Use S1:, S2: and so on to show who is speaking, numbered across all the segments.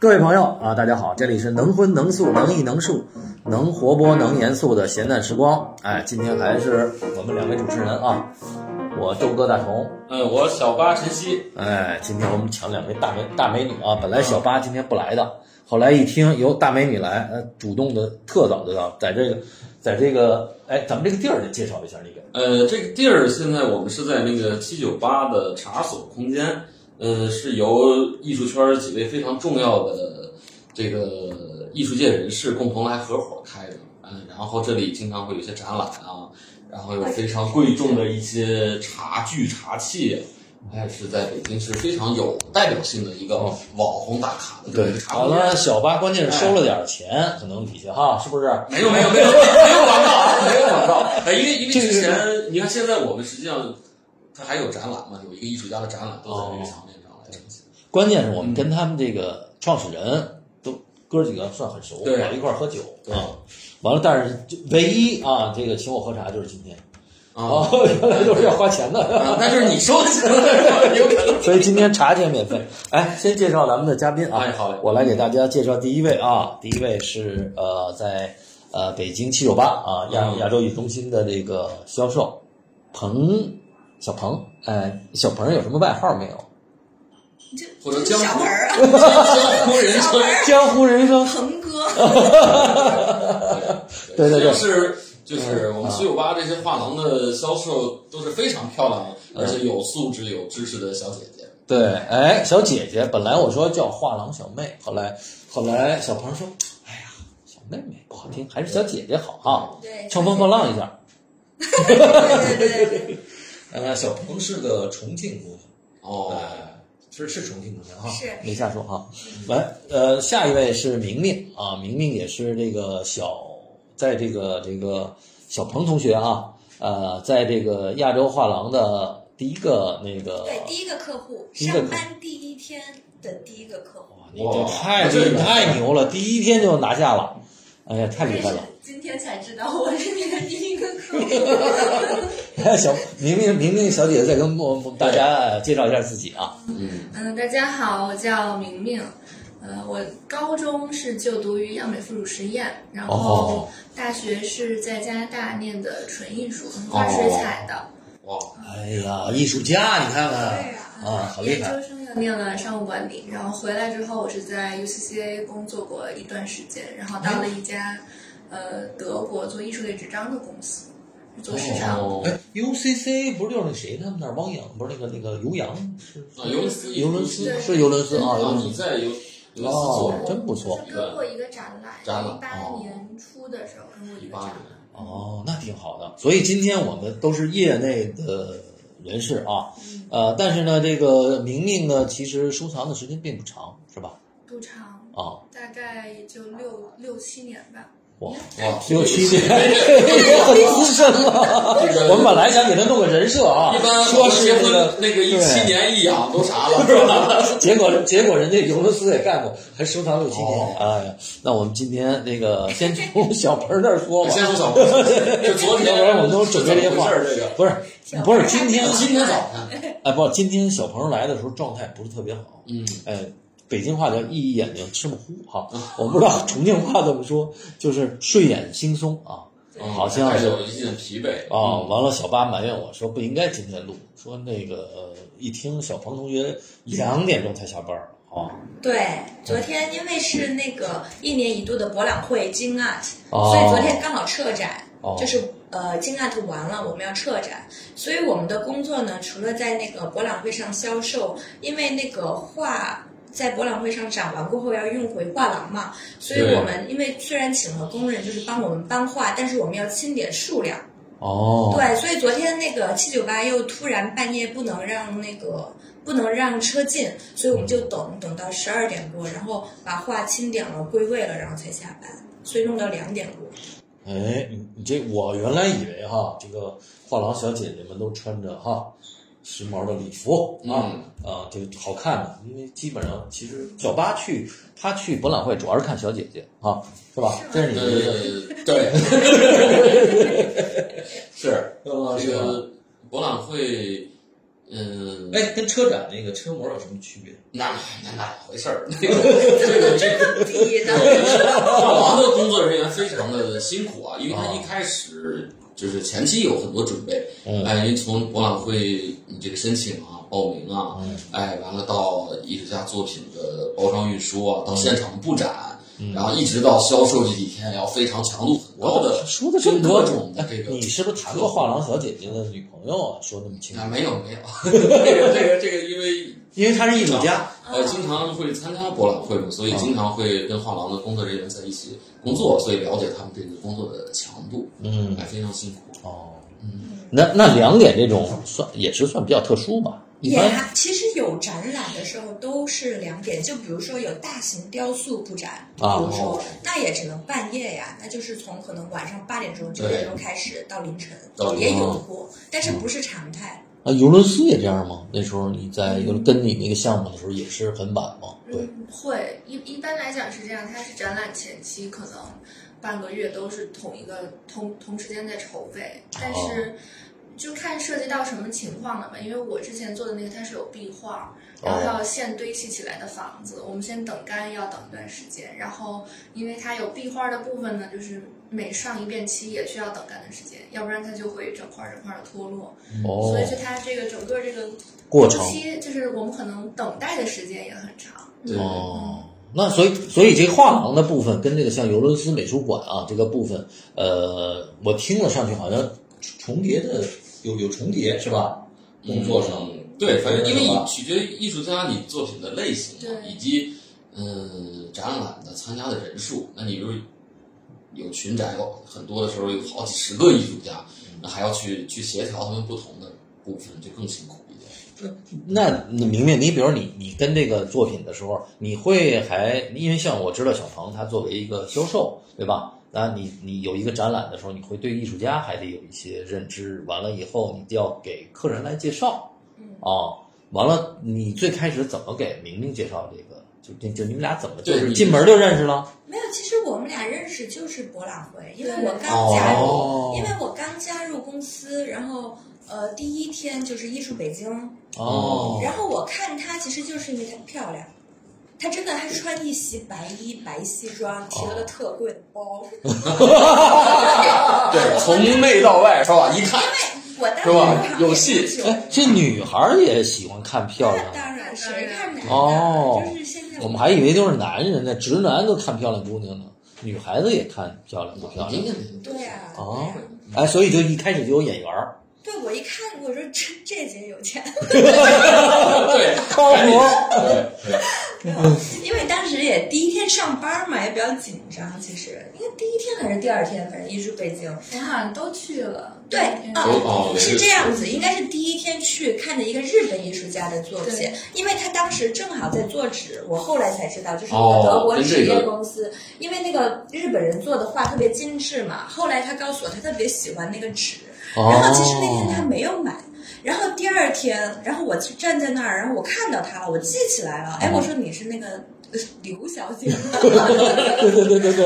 S1: 各位朋友啊，大家好，这里是能荤能素能艺能术能活泼能严肃的闲淡时光。哎，今天还是我们两位主持人啊，我周哥大同，
S2: 嗯，我小八晨曦，
S1: 哎，今天我们请两位大美大美女啊，本来小八今天不来的，后来一听由大美女来，呃，主动的特早的到，在这个，在这个，哎，咱们这个地儿得介绍一下，你给
S2: 呃，这个地儿现在我们是在那个七九八的茶所空间，呃，是由艺术圈几位非常重要的这个艺术界人士共同来合伙开的，嗯、然后这里经常会有一些展览啊，然后有非常贵重的一些茶具、茶器啊。还是在北京是非常有代表性的一个网红打卡的这么一个茶
S1: 哦好
S2: 空间。
S1: 了，小八关键是收了点钱，可能底下哈，是不是？
S2: 没有没有没有没有广告啊，没有广告。哎，因为因为之前你看现在我们实际上它还有展览嘛，有一个艺术家的展览都在这个
S1: 哦
S2: 墙面上来呈现。
S1: 关键是
S2: 嗯
S1: 我们跟他们这个创始人都哥几个算很熟，
S2: 对
S1: 老一块儿喝酒
S2: 对
S1: 啊。完了，但是就唯一啊，这个请我喝茶就是今天，
S2: 啊，
S1: 哦， 原来都是要花钱的，
S2: 啊那就是你收的钱了， 有可能。
S1: 所以今天茶钱免费。哎，先介绍咱们的嘉宾啊，
S2: 哎好嘞
S1: 我来给大家介绍第一位啊，第一位是呃，在呃北京七九八啊亚
S2: 嗯
S1: 亚洲艺术中心的这个销售彭小鹏，哎，小鹏有什么外号没有？
S3: 这
S2: 或者
S3: 这
S2: 江
S3: 小
S2: 湖
S3: 盆儿啊，
S2: 江湖人称，
S1: 江湖人生，
S3: 鹏哥，
S1: 哦对嗯啊对对
S2: 是。就是我们七九八这些画廊的销售都是非常漂亮，
S1: 嗯
S2: 而且有素质、有知识的小姐姐。
S1: 对，哎，小姐姐，本来我说叫画廊小妹，后来后来小鹏说，哎呀，小妹妹不好听，还是小姐姐好啊，
S3: 对，
S1: 乘风破浪一下。
S3: 对对对对，
S1: 呃，小鹏是个重庆姑娘，
S2: 哦，
S1: 是哎是重庆姑娘哈
S3: 是
S1: 没瞎说哈。完，呃，下一位是明明啊，明明也是这个小，在这个这个小鹏同学啊，呃，在这个亚洲画廊的第一个那个，
S3: 对，第一个客户，
S1: 第一个客户
S3: 上班第一天的第一个客户，
S1: 你这太厉害太牛了，第一天就拿下了，哎呀，太
S3: 但
S1: 厉害了
S3: 是。今天才知道我是你的第一个客 户。
S1: 小明明明明小姐姐再跟我们大家介绍一下自己啊，
S2: 嗯，
S3: 嗯，大家好，我叫明明。呃，我高中是就读于样美附属实验，然后
S1: 哦
S3: 大学是在加拿大念的纯艺术，画水彩的。
S2: 哇，
S1: 哎呀，艺术家，你看看，
S3: 呀
S1: 啊，好
S3: 研
S1: 厉
S3: 究
S1: 害，
S3: 生又念了商务管理，然后回来之后，我是在 UCCA 工作过一段时间，然后到了一家、呃德国做艺术类纸张的公司，是做市场。
S2: 哦，
S1: 哎，UCC 不是就是那谁他们那儿汪洋，不是那个那个尤洋是
S2: 啊，尤伦斯，
S1: 尤伦斯
S3: 对
S1: 是尤伦斯啊，
S3: 嗯
S1: 尤
S2: 啊，
S1: 伦
S2: 你
S1: 斯
S2: 在尤尤伦斯做
S1: 哦真不错
S3: 就是跟过一个展览，
S2: 展览
S3: 一八
S2: 哦
S3: 年初的时候跟过一
S2: 一
S3: 个
S2: 八
S3: 展
S2: 年
S3: 览。，
S1: 哦，那挺好的。所以今天我们都是业内的人士啊，呃，但是呢，这个明明呢，其实收藏的时间并不长，是吧？
S3: 不长，
S1: 啊，
S3: 大概也就六六七年吧。
S1: 哇，
S2: 哇，
S1: 六七年，也很资深 了。
S2: 这个
S1: 我们本来想给他弄个人设啊，
S2: 一般
S1: 说是
S2: 结
S1: 那个
S2: 婚那个一七
S1: 对
S2: 年一养都啥了是吧？
S1: 结果结果人家尤伦斯也干过，还收藏六七年。
S2: 哦
S1: 哎呀，那我们今天那 个先从小盆儿那儿说
S2: 我
S1: 吧，
S2: 先说小朋友，这昨天
S1: 要不然我们都准备这些话
S2: 是怎么
S1: 不
S2: 回事儿
S1: 是
S3: 小
S1: 不
S3: 盆儿
S1: 是今天
S2: 这个今天早上，
S1: 哎不，今天小朋友来的时候状态不是特别好，
S2: 嗯，
S1: 哎，北京话叫一眼睛吃不糊哈，我不知道重庆话怎么说，就是睡眼惺忪啊，
S2: 嗯
S1: 好像
S2: 还
S1: 是
S2: 有一点疲惫
S1: 啊，完了，小八埋怨我说不应该今天录，说那个呃一听小鹏同学两点钟才下班儿啊，
S4: 对，昨天因为是那个一年一度的博览会金 Art，、
S1: 哦
S4: 所以昨天刚好撤展，
S1: 哦
S4: 就是呃金 Art 完了，我们要撤展，所以我们的工作呢，除了在那个博览会上销售，因为那个画。在博览会上展完过后要运回画廊嘛，所以
S2: 对
S4: 我们因为虽然请了工人就是帮我们搬画，但是我们要清点数量，
S1: 哦，
S4: 对，所以昨天那个七九八又突然半夜不能让那个不能让车进，所以我们
S2: 嗯
S4: 就等等到十二点多，然后把画清点了归位了，然后才下班，所以弄到两点多。
S1: 哎，你你这我原来以为哈，这个画廊小姐姐们都穿着哈时髦的礼服
S2: 嗯
S1: 啊、啊，这个好看的，因为基本上其实小八去他去博览会主要是看小姐姐啊，是吧？这是你的一个
S2: 呃，对，是
S1: 是
S2: 呃这个博览会，嗯，
S1: 哎，跟车展那个车模有什么区别？
S2: 那那哪回事儿？那个这个这个
S4: 比呢？
S1: 哦
S2: 画廊的工作人员非常的辛苦啊，因为他一开始就是前期有很多准备，
S1: 嗯
S2: 哎，您从博览会你这个申请啊、报名啊，
S1: 嗯
S2: 哎，完了到艺术家作品的包装运输啊，到
S1: 嗯
S2: 现场布展，然后一直到销售这几天，要非常强度很高的，
S1: 说得这么多
S2: 各种的这个，
S1: 你是不是谈过画廊小姐姐的女朋友啊？说那么清楚
S2: 啊，，没有没 有，这个这个这个，因为
S1: 因为她是艺术家，
S2: 呃，经常会参加博览会嘛，所以
S1: 嗯
S2: 经常会跟画廊的工作人员在一起工作，所以了解他们这个工作的强度，
S1: 嗯
S2: 哎，非常辛苦。
S1: 哦，那那两点这种算也是算比较特殊吧？一
S4: 也
S1: 般
S4: 还其实有展览的时候都是两点，就比如说有大型雕塑布展，比
S1: 啊
S4: 如说
S2: 哦
S4: 那也只能半夜呀，那就是从可能晚上八点钟九
S2: 对
S4: 点钟开始到凌晨
S2: 到
S4: 也
S2: 凌晨
S4: 有过，但是不是常态。
S1: 啊，尤伦斯也这样吗？那时候你在尤跟你那个项目的时候也是很晚吗？对，
S3: 嗯，会一一般来讲是这样，它是展览前期可能半个月都是同一个同同时间在筹备，但
S1: 哦
S3: 是就看涉及到什么情况了嘛。因为我之前做的那个它是有壁画，
S1: 哦
S3: 然后还有现堆砌起来的房子，我们先等干要等一段时间，然后因为它有壁画的部分呢，就是每上一遍漆也需要等干的时间，要不然它就会整块儿整块的脱落。
S1: 哦
S3: 嗯所，以就它这个整个这个
S1: 过程
S3: 期，就是我们可能等待的时间也很长。
S2: 对，
S1: 哦，那所以所以这个画廊的部分跟这个像尤伦斯美术馆啊这个部分，呃，我听了上去好像重叠的有有重叠是吧？工作上，
S2: 嗯对，反正因为
S1: 是
S2: 你
S1: 吧
S2: 取决于艺术家你作品的类型嘛，
S3: 对
S2: 以及嗯展览的参加的人数。那你比如有群展，有很多的时候有好几十个艺术家，那还要去去协调他们不同的部分，就更辛苦一点。
S1: 那你明明，你比如你你跟这个作品的时候，你会还因为像我知道小鹏他作为一个销售，对吧？那你你有一个展览的时候，你会对艺术家还得有一些认知。完了以后，你就要给客人来介绍，
S4: 嗯
S1: 啊，完了你最开始怎么给明明介绍这个？就就就你们俩怎么就
S2: 对
S1: 是
S2: 你
S1: 进门就认识了？
S4: 没有，其实我们俩认识就是博览会，因为
S3: 对
S4: 我刚加入，
S1: 哦
S4: 因为我刚加入公司，然后呃第一天就是艺术北京，
S1: 哦，
S4: 然后我看她其实就是因为她漂亮。她真的还穿一袭白衣、白西装，提
S1: 哦
S4: 了个特贵的包。
S2: 对，从内到外是吧？一 看
S4: 我当时
S2: 是吧
S4: 入行
S2: 有
S4: 也不
S2: 戏
S4: 久
S1: 哎，这女孩儿也喜欢看漂亮
S4: 那
S1: 的，
S4: 当然，谁看男的？
S1: 哦
S4: 就是现在
S1: 我们还以为都是男人呢，直男都看漂亮姑娘呢，女孩子也看漂亮不漂亮？
S4: 对啊，
S1: 哦
S4: 对啊，
S1: 哎，所以就一开始就有眼缘儿，
S4: 对我一看，我说这这姐有钱，
S2: 对，
S1: 包
S2: 对
S1: 袱。
S2: 对
S4: 因为当时也第一天上班嘛，也比较紧张。其实，因为第一天还是第二天，反正一直北京。
S3: 我好像都去了，
S4: 对
S3: 嗯
S4: 啊
S2: 都哦
S4: 是这样子，应该是第一天去看的一个日本艺术家的作品
S3: 对，
S4: 因为他当时正好在做纸，我后来才知道，就是
S2: 哦
S4: 那个德国
S2: 跟
S4: 纸
S2: 这
S4: 业
S2: 个
S4: 公司，因为那个日本人做的画特别精致嘛，后来他告诉我他特别喜欢那个纸，
S1: 哦
S4: 然后其实那天他没有买。然后第二天，然后我就站在那儿，然后我看到他了，我记起来
S1: 哦
S4: 了。哎，我说你是那个呃刘小姐吗，
S1: 对对对对对，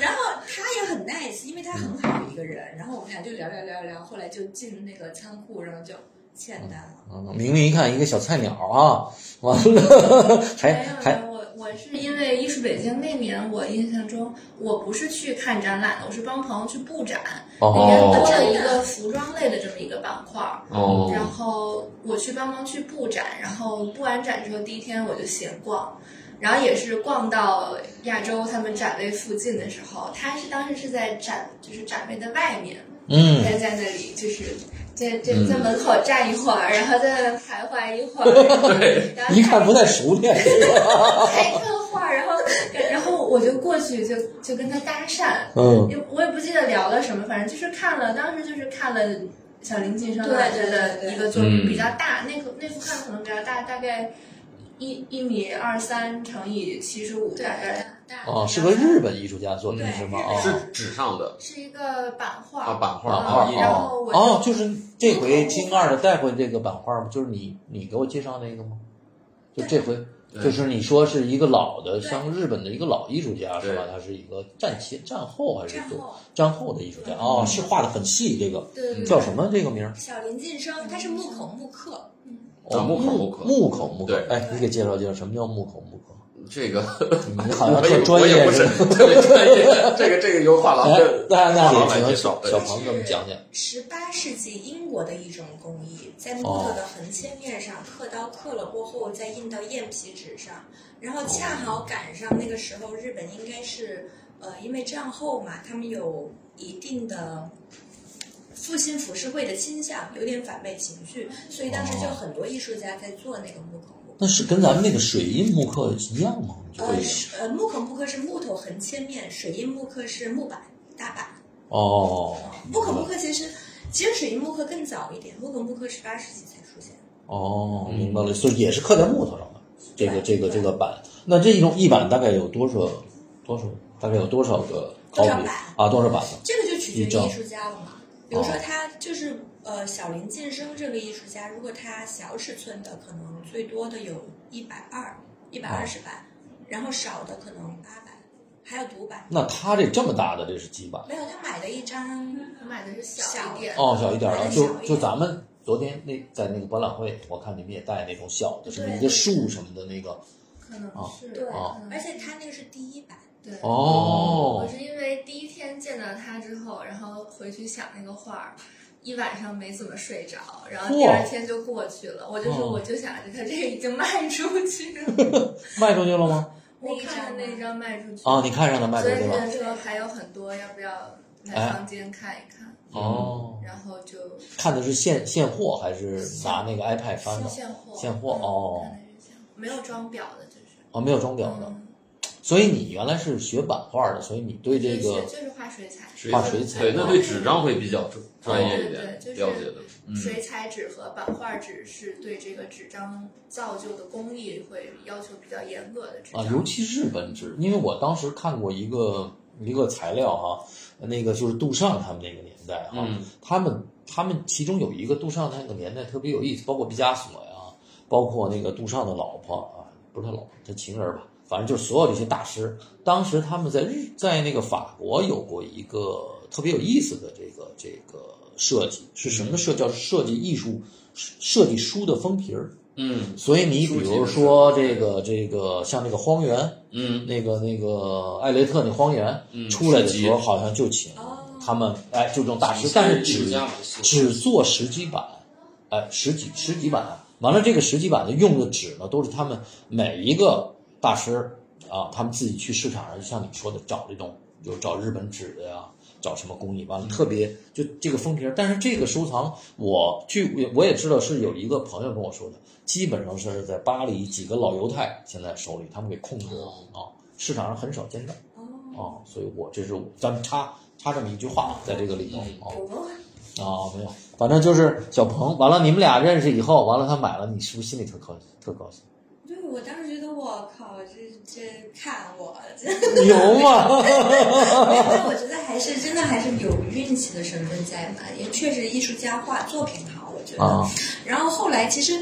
S4: 然后他也很 nice，因为他很好一个人。然后我们俩就聊聊聊聊，后来就进那个仓库，然后就签单了。
S1: 嗯明明一看一个小菜鸟啊，完了还
S3: 没有没
S1: 哎还
S3: 有，我我是因为艺术北京那年，我印象中我不是去看展览的，我是帮朋友去布展，里面
S1: 哦
S3: 多了一个服装类的这么一个板块儿。
S2: 哦
S3: 然后我去帮忙去布展，然后布完展之后第一天我就闲逛，然后也是逛到亚洲他们展位附近的时候，他是当时是在展就是展位的外面，
S1: 嗯，
S3: 在在那里就是在在
S2: 嗯
S3: 在门口站一会儿，然后在那徘徊一会儿，
S2: 对，
S3: 然后
S1: 一看不太熟练，
S3: 还看画，然后然后我就过去就就跟他搭讪，
S1: 嗯
S3: 也我也不记得聊了什么，反正就是看了，当时就是看了小林晋生
S4: 对
S3: 老
S4: 对
S3: 师的
S4: 对对
S3: 一个作品，
S2: 嗯
S3: 比较大，那个那幅画可能比较大，大概一一米二三乘以七十五，大概
S1: 啊，是个日本艺术家作品
S3: 对
S1: 是吗？
S3: 日本
S1: 啊
S2: 是纸上的
S3: 是一个版画，
S2: 哦啊，版画
S1: 啊
S2: 啊，
S3: 嗯
S2: 印
S3: 然
S2: 刷
S1: 啊
S3: 后我就
S1: 哦，就是这回金二的带回这个版画吗？就是你你给我介绍那个吗？就这回。
S2: 对
S1: 就是你说是一个老的，
S4: 对
S1: 像日本的一个老艺术家是吧？
S2: 对
S1: 他是一个战前、战后还是
S4: 战后
S1: 战后的艺术
S4: 嗯
S1: 家哦，是画的很细，这个
S3: 对对对
S1: 叫什么这个名儿？
S4: 小林晋生，他是木口木克，
S3: 嗯
S2: 啊木口木口
S1: 木口木口
S2: 对。
S1: 哎，你给介绍介绍什么叫木口木口？
S2: 这个
S1: 你好像
S2: 我
S1: 特
S2: 也
S1: 专
S2: 我也
S1: 业
S2: 不是啊
S1: 似 的。
S2: 特别专业，这个这个由画廊
S1: 哎
S2: 的
S1: 那那也
S2: 画廊来介
S1: 请
S2: 绍
S1: 小
S2: 对
S1: 小庞给我们讲讲。
S4: 十八世纪英国的一种工艺，在木头的横切面上刻刀刻了过后，再印到燕皮纸上，然后恰好赶上那个时候日本应该是呃，因为战后嘛，他们有一定的。复兴浮世绘的倾向有点反美情绪，所以当时就很多艺术家在做那个木口木。
S1: 那是跟咱们那个水印木刻一样吗？
S4: 呃，是呃，木口木刻是木头横切面，水印木刻是木板大板。
S1: 哦
S4: 木口木刻其实，其实水印木刻更早一点，木口木刻十八世纪才出现。
S1: 哦，
S2: 嗯
S1: 明白了，所以也是刻在木头上的这个
S4: 对
S1: 这个这个板。那这一种一板大概有多少多少？大概有多少个
S4: 多
S1: copy
S4: 少板
S1: 啊？多少板呢？
S4: 这个就取决于
S1: 一张
S4: 艺术家了嘛。比如说他就是呃小林晋生这个艺术家，如果他小尺寸的，可能最多的有一百二、一百二十版，然后少的可能八百，还有独版。
S1: 那他这这么大的这是几板？
S4: 没有，他买的一张，
S3: 我买的是小一点，
S1: 哦，小一点儿啊，
S4: 很
S1: 就
S4: 小一
S1: 就
S4: 点
S1: 咱们昨天那在那个博览会，我看你们也带那种小的，什么
S4: 对
S1: 一个树什么的那个。
S3: 可能
S1: 哦
S3: 是
S4: 对，
S1: 哦
S3: 嗯
S4: 而且他那个是第一版。
S3: 对。我
S1: 哦，
S3: 是因为第一天见到他之后，然后回去想那个画儿，一晚上没怎么睡着，然后第
S1: 嚯
S3: 二天就过去了。我就说，
S1: 哦
S3: 我就想着他这个已经卖出去 了，
S1: 卖出去了吗？
S3: 我看着那张卖出去
S1: 啊，你看上了卖出
S3: 所以
S1: 去了。
S3: 人说还有很多，要不要来房间看一看？
S1: 哦，
S3: 然后就
S1: 看的是现现货还是拿那个 iPad 翻的？
S3: 现货，嗯
S1: 现货哦
S3: 看的是现货没有装裱的，就是
S1: 哦，没有装裱的。
S3: 嗯
S1: 所以你原来是学版画的，所以你对这
S3: 就是
S1: 个
S3: 就是画水彩，
S2: 水
S1: 画水彩啊哦
S2: 对，那对纸张会比较专业一
S3: 对
S2: 点，
S3: 对就是
S2: 了解的。嗯，
S3: 水彩纸和版画纸是对这个纸张造就的工艺会要求比较严格的纸
S1: 啊
S3: 张。，
S1: 尤其日本纸，因为我当时看过一个一个材料哈，那个就是杜尚他们那个年代哈，
S2: 嗯
S1: 他们他们其中有一个杜尚那个年代特别有意思，包括毕加索呀，包括那个杜尚的老婆啊，不是他老婆，他情人吧，反正就是所有这些大师，当时他们在日在那个法国有过一个特别有意思的这个这个设计，是什么设计？叫设计艺术设计书的封皮儿。
S2: 嗯
S1: 所以你比
S2: 书籍
S1: 如
S2: 的
S1: 说这个这个像这个荒原，
S2: 嗯，
S1: 那个那个艾雷特那荒原、
S2: 嗯
S1: 出来的
S2: 书籍
S1: 时候，好像就请
S4: 哦
S1: 他们哎就这种大师
S2: 请，
S1: 但是
S2: 现代艺术
S1: 只
S2: 家嘛是
S1: 只做十几版，哎十几十几版，完了这个十几版的用的纸呢，都是他们每一个大师啊，他们自己去市场上，就像你说的找这种，就找日本纸的呀。找什么工艺？完了，特别就这个封皮儿，但是这个收藏，我据我也知道是有一个朋友跟我说的，基本上是在巴黎几个老犹太现在手里，他们给控制了啊，市场上很少见到
S4: 哦，
S1: 啊，所以我这是我咱们插插这么一句话在这个里头啊
S4: 我们
S1: 啊没有，反正就是小鹏，完了你们俩认识以后，完了他买了，你是不是心里特高兴？特高兴？
S4: 对我当时觉得我靠，这这看 我这。
S1: 有吗？
S4: 但我觉得还是真的还是有运气的成分在嘛，也确实艺术家画作品好，我觉得。
S1: 啊
S4: 然后后来其实，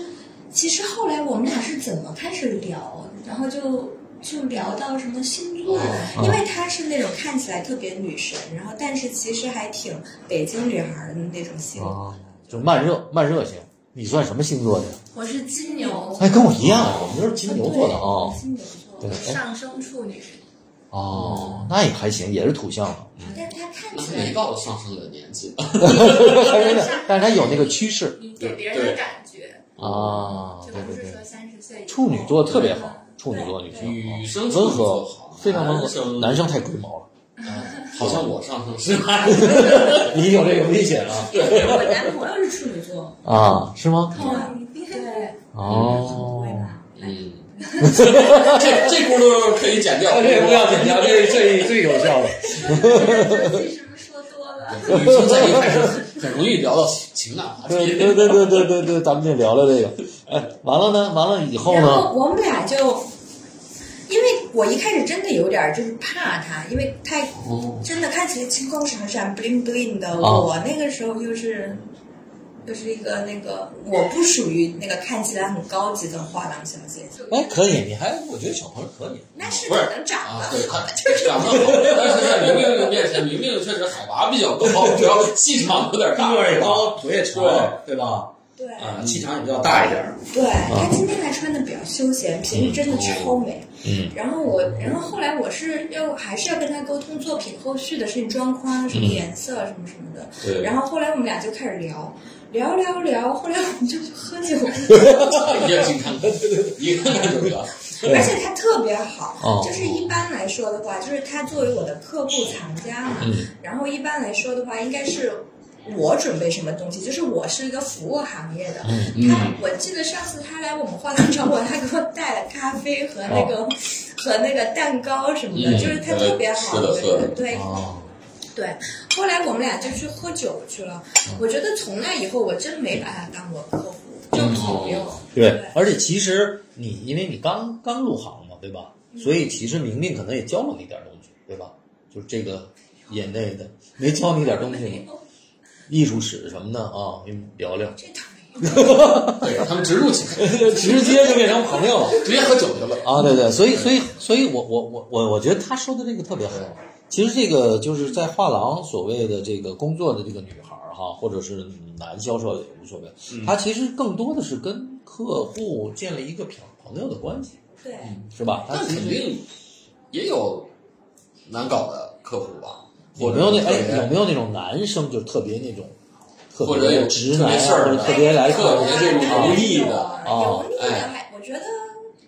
S4: 其实后来我们俩是怎么开始聊，然后就就聊到什么星
S1: 哦
S4: 座，
S1: 啊
S4: 因为她是那种看起来特别女神，然后但是其实还挺北京女孩儿的那种性格。
S1: 啊，就慢热慢热型，你算什么星座的呀？
S3: 我是金牛，
S1: 哎，跟我一样，我们都是金牛座的啊
S4: 对。金牛座。
S1: 对，哎
S3: 上升处女，
S1: 哦，那也还行，也是土象啊 的，
S4: 但她看
S2: 那
S4: 起
S2: 他
S4: 来
S2: 也到了上升的年纪了
S1: 但是但是它哎有那个趋势
S3: 你给别人的感觉，
S1: 啊，
S3: 就
S1: 对
S3: 不
S1: 对
S3: 是
S1: 对
S3: 说，三十岁以后嗯
S1: 处女座特别好，处女座女生
S2: 女生
S1: 温
S2: 处女座
S1: 和
S2: 好，
S1: 非常温
S2: 男生
S1: 和，男生太龟毛了。
S2: 好像我上升是吧？
S1: 你有这个危险啊！
S4: 我男朋友是处女座，
S1: 啊，是吗？
S4: 哦，对，
S1: 哦
S4: 会，吧？
S2: 嗯，这这轱辘可以剪掉，
S1: 紧张，这最最有效的。
S3: 你是不是说多了？
S2: 女生在一开始很容易聊到情感话
S1: 对
S2: 题。
S1: 对对对对对对，咱们就聊聊这个。哎，完了呢，完了以后
S4: 然
S1: 呢？
S4: 后我们俩就，因为我一开始真的有点儿就是怕他，因为太
S2: 哦
S4: 真的看起来金光闪闪、bling bling 的。我那个时候又是又是一个那个，我不属于那个看起来很高级的画廊小姐姐，
S1: 哎，可以，你还我觉得小朋友可以。
S4: 那是
S2: 不
S4: 只
S2: 是
S4: 能长
S2: 啊，
S4: 了。
S2: 对，他长得好，但是在明明的面前，明
S5: 哦
S2: 明确实海拔比较高，主要气场有点大，
S1: 腿也
S2: 长
S1: 对吧？
S4: 对对
S2: 啊，气场也比较大一点儿。
S4: 对，她今天还穿的比较休闲，平时真的超美。
S1: 嗯，
S4: 然后我，然后后来我是要还是要跟她沟通作品后续的事情，妆框什么颜色什么什么的。
S2: 对，
S4: 然后后来我们俩就开始聊，聊聊聊，后来我们就去喝酒，
S2: 也经常一看看就聊。
S1: 对
S4: 而且他特别好，
S1: 哦
S4: 就是一般来说的话，就是他作为我的客户藏家嘛，
S1: 嗯
S4: 然后一般来说的话，应该是我准备什么东西，就是我是一个服务行业的。
S1: 嗯
S2: 嗯
S4: 他，我记得上次他来我们化妆找我，他给我带了咖啡和那
S1: 哦
S4: 个、和那个蛋糕什么的，
S2: 嗯
S4: 就是他特别好，
S2: 吃的喝的
S4: 对
S1: 哦，
S4: 对。后来我们俩就去喝酒去了，我觉得从那以后我真没把他当我客户，就朋友。
S1: 嗯对，而且其实你因为你刚刚入行嘛，对吧？所以其实明明可能也教了你点东西，对吧？就是这个业内的没教你点东西吗？艺术史什么的啊，跟你聊聊，
S4: 这倒没有，
S2: 对他们植入起来，
S1: 直接就变成朋友了。
S2: 直接喝酒去了。
S1: 啊，对对，所以所以所以我我我我我觉得他说的这个特别好
S2: 对。
S1: 其实这个就是在画廊所谓的这个工作的这个女孩儿哈，或者是男销售也无所谓，
S2: 嗯
S1: 他其实更多的是跟客户建立一个朋朋友的关系，
S4: 对。
S1: 是吧？他
S2: 但
S1: 其
S2: 肯
S1: 实
S2: 定也有难搞的客户吧，
S1: 有
S2: 或者
S1: 没有那哎
S2: 特
S1: 有
S2: 别
S1: 没有那种男生就特别那种特
S2: 或者
S1: 别
S2: 有
S1: 直男
S2: 特别事
S1: 啊，
S2: 儿
S1: 或者
S2: 的
S1: 特别来客
S2: 特
S1: 户啊
S2: 别这种油腻的
S1: 哦
S4: 油腻的还，啊我觉得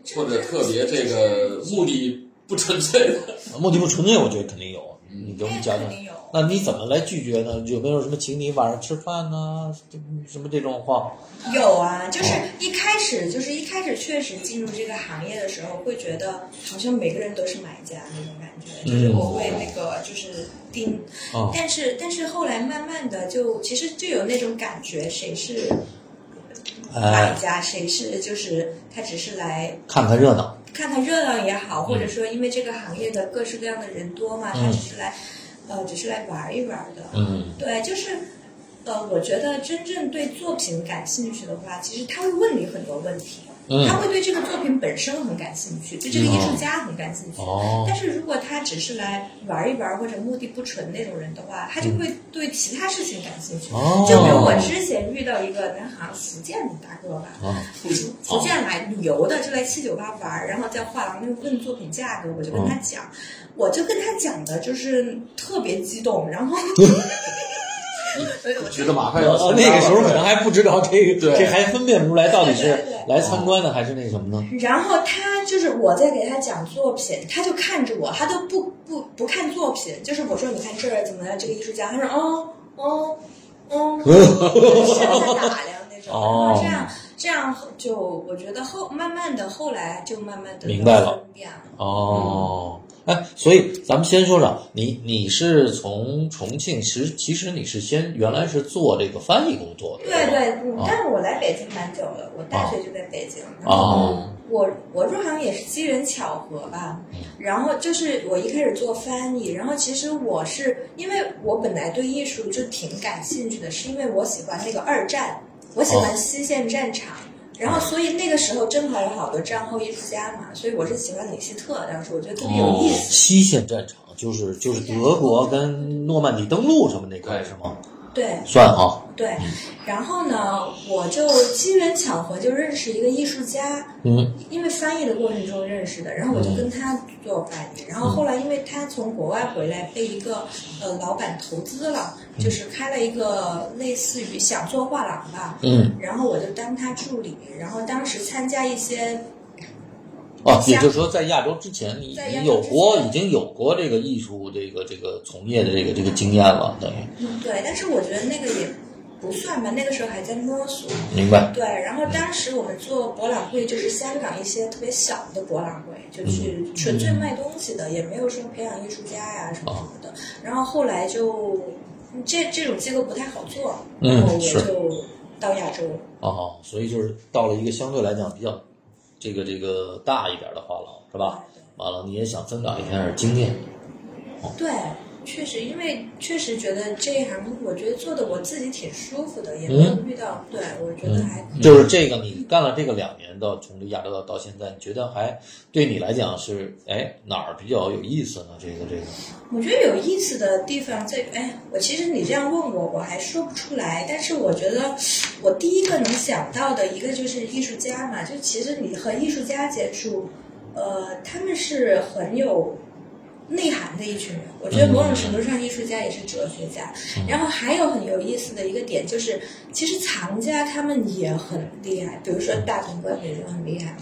S4: 这
S2: 或者特别这个目的不纯粹的，
S1: 目的不纯粹，我觉得肯定有。
S2: 嗯
S1: 你给
S4: 这
S1: 我们
S4: 肯
S1: 讲讲，
S4: 定有。
S1: 那你怎么来拒绝呢？有没有什么请你晚上吃饭呢、这什么这种话？
S4: 有啊，就是
S2: 哦
S4: 一开始，就是一开始确实进入这个行业的时候，会觉得好像每个人都是买家那种感
S2: 嗯
S4: 觉，就是我会那个就是盯，
S1: 哦
S4: 但是但是后来慢慢的就其实就有那种感觉，谁是买
S1: 哎，
S4: 家，谁是就是他只是来
S1: 看看热闹，
S4: 看看热闹也好，
S1: 嗯
S4: 或者说因为这个行业的各式各样的人多嘛，他只是来呃只是来玩一玩的，
S1: 嗯，
S4: 对，就是，呃，我觉得真正对作品感兴趣的话，其实他会问你很多问题，
S1: 嗯
S4: 他会对这个作品本身很感兴趣，对这个艺术家很感兴趣。
S1: 哦
S4: 但是如果他只是来玩一玩或者目的不纯那种人的话，他就会对其他事情感兴趣。
S1: 哦
S4: 就比如我之前遇到一个，那好像福建的大哥吧，
S1: 啊，
S4: 福建来旅游的，就来七九八玩儿，然后在画廊那问作品价格，我就跟他讲，
S1: 哦
S4: 我就跟他讲的就是特别激动，然后
S2: 觉得马上要
S1: 那
S2: 参
S1: 哦那
S2: 加了
S1: 个时候可能还不知道这个，
S2: 对
S1: 这还分辨不出来到底是
S4: 对对对
S1: 来参观的还是那什么呢？
S4: 然后他就是我在给他讲作品，他就看着我，他都不不不看作品，就是我说你看这儿怎么了，这个艺术家，他说哦哦哦， 就是在打量那种，然
S1: 哦
S4: 后这样这样就我觉得后慢慢的后来就慢慢的
S1: 明白了，
S4: 变了。
S1: 哦，哎，所以咱们先说说你，你是从重庆，其实其实你是先原来是做这个翻译工作的，
S4: 对对，嗯
S1: 哦
S4: 但是我来北京蛮久了，我大学就在北京，然后
S1: 哦
S4: 我我入行也是机缘巧合吧，
S1: 嗯
S4: 然后就是我一开始做翻译，然后其实我是因为我本来对艺术就挺感兴趣的，是因为我喜欢那个二战，我喜
S1: 哦
S4: 欢西线战场。然
S1: 嗯
S4: 后，所以那个时候正好有好多战后艺术家嘛，所以我是喜欢李希特，当时我觉得特别
S1: 哦
S4: 有意思。
S1: 西线战场就是就是德国跟诺曼底登陆什么那块
S2: 对
S1: 是吗？
S4: 对，
S1: 算啊，
S4: 对，然后呢，我就机缘巧合就认识一个艺术家，
S1: 嗯，
S4: 因为翻译的过程中认识的，然后我就跟他做翻译，然后后来因为他从国外回来，被一个呃老板投资了，就是开了一个类似于想做画廊吧，
S1: 嗯，
S4: 然后我就当他助理，然后当时参加一些
S1: 哦，也就是说在亚洲之前，你
S4: 在亚洲
S1: 你有
S4: 之
S1: 过
S4: 前
S1: 已经有过这个艺术这个这个从业的这个这个经验了，等于
S4: 嗯对，但是我觉得那个也不算吧，那个时候还在摸索，
S1: 明白？
S4: 对，然后当时我们做博览会，就是香港一些特别小的博览会，就去
S1: 嗯
S4: 纯粹卖东西的，也没有说培养艺术家呀、什么什么
S1: 哦
S4: 的。然后后来就嗯这这种机构不太好做，
S1: 嗯
S4: 然后我
S1: 是
S4: 就到亚洲。
S1: 哦，所以就是到了一个相对来讲比较这个这个啊大一点的画廊，是吧？完了，你也想增长一下经验，
S4: 对，确实，因为确实觉得这一行，我觉得做的我自己挺舒服的，也没
S1: 嗯
S4: 有遇到，对我觉得还
S1: 就是这个，你干了这个两年到从这亚洲到到现在，你觉得还对你来讲是哎哪儿比较有意思呢？这个这个，
S4: 我觉得有意思的地方在于，哎，我其实你这样问我，我还说不出来。但是我觉得，我第一个能想到的一个就是艺术家嘛，就其实你和艺术家接触，呃，他们是很有内涵的一群人。我觉得某种程度上，艺术家也是哲学家。然后还有很有意思的一个点就是，其实藏家他们也很厉害，比如说大同官也就很厉害，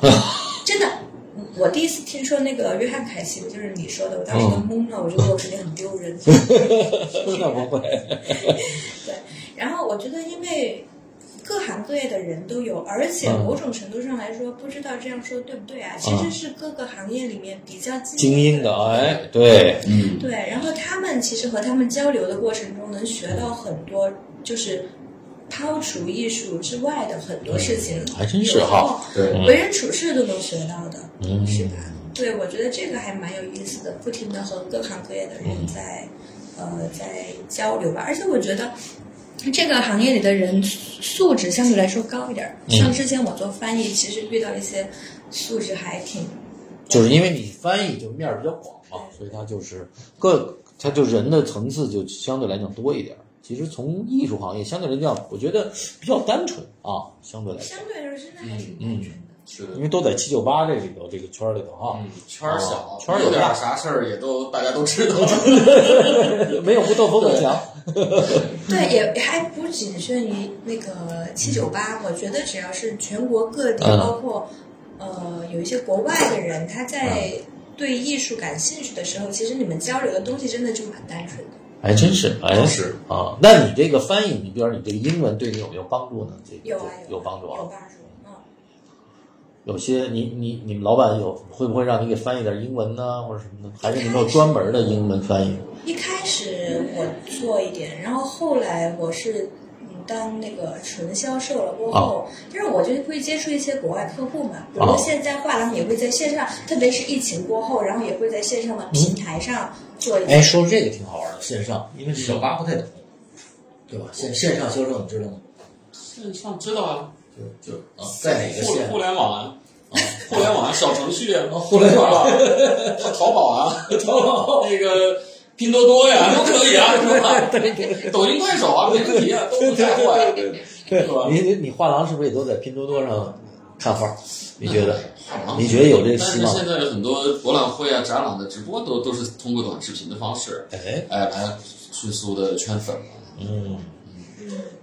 S4: 真的。我第一次听说那个约翰凯奇，就是你说的，我当时都懵了，我就觉得我肯定很丢人。
S1: 那不会，
S4: 然后我觉得，因为各行各业的人都有，而且
S1: 嗯
S4: 某种程度上来说，不知道这样说对不对啊？其实是各个行业里面比较
S1: 精英
S4: 的
S1: 的哎，对，
S2: 嗯，
S4: 对，然后他们其实和他们交流的过程中，能学到很多，就是抛除艺术之外的很多事情，
S1: 嗯还真是哈，
S2: 对
S4: 为人处事都能学到的，
S1: 嗯
S4: 是吧？对，我觉得这个还蛮有意思的，不停的和各行各业的
S1: 嗯
S4: 人在、呃在交流吧，而且我觉得。这个行业里的人素质相对来说高一点儿，
S1: 嗯
S4: 像之前我做翻译，其实遇到一些素质还挺
S1: 就是因为你翻译就面儿比较广嘛，所以它就是各，它就人的层次就相对来讲多一点儿。其实从艺术行业相对来讲，我觉得比较单纯啊，相对来讲
S4: 相，对来说真的还挺
S1: 嗯
S4: 单纯的。
S2: 是的
S1: 因。为都在七九八这里头这个圈儿里头啊，
S2: 嗯，圈儿小，
S1: 圈儿
S2: 有
S1: 有大
S2: 点啥事儿也都大家都知道。
S1: 没有不斗风不墙。
S4: 对，
S1: 嗯
S4: 也还不仅限于那个七九八，我觉得只要是全国各地，
S1: 嗯
S4: 包括呃有一些国外的人，他在
S1: 嗯
S4: 对艺术感兴趣的时候，其实你们交流的东西真的就蛮单纯的，
S1: 还真是，哎
S2: 是
S1: 啊。那你这个翻译，你比如你这个英文对你有没有帮助呢？这
S4: 有啊
S1: 有
S4: 啊
S1: 帮助
S4: 有
S1: 啊。
S4: 帮助，嗯，
S1: 有些你你你们老板有会不会让你给翻译点英文呢，或者什么的？还是你们有专门的英文翻译？
S4: 一开始我做一点，然后后来我是。嗯当那个纯销售了过
S1: 哦
S4: 后，但是我就会接触一些国外客户嘛，比如
S1: 啊
S4: 现在画廊也会在线上，特别是疫情过后，然后也会在线上的平台上做一些
S1: 嗯哎，说这个挺好玩的，线上，因为小八不太懂，对吧？线线上销售你知道吗？
S2: 线上知道啊，
S1: 就啊，在哪个
S2: 互
S1: 线？哦
S2: 互联网啊， 互联网啊小程序啊，
S1: 互联网
S2: 啊， 淘宝 啊，淘宝 那个拼多多呀，都可以啊，是吧？抖音、快手啊，没问题啊，都能带货呀。
S1: 对
S2: 吧
S1: 你你你画廊是不是也都在拼多多上看画？你觉得？
S2: 嗯
S1: 你觉得有这个
S2: 但
S1: 希
S2: 是
S1: 望
S2: 现？在的很多博览会啊、展览的直播都都是通过短视频的方式，
S1: 哎，
S2: 哎，来迅速的圈粉嘛。
S1: 嗯。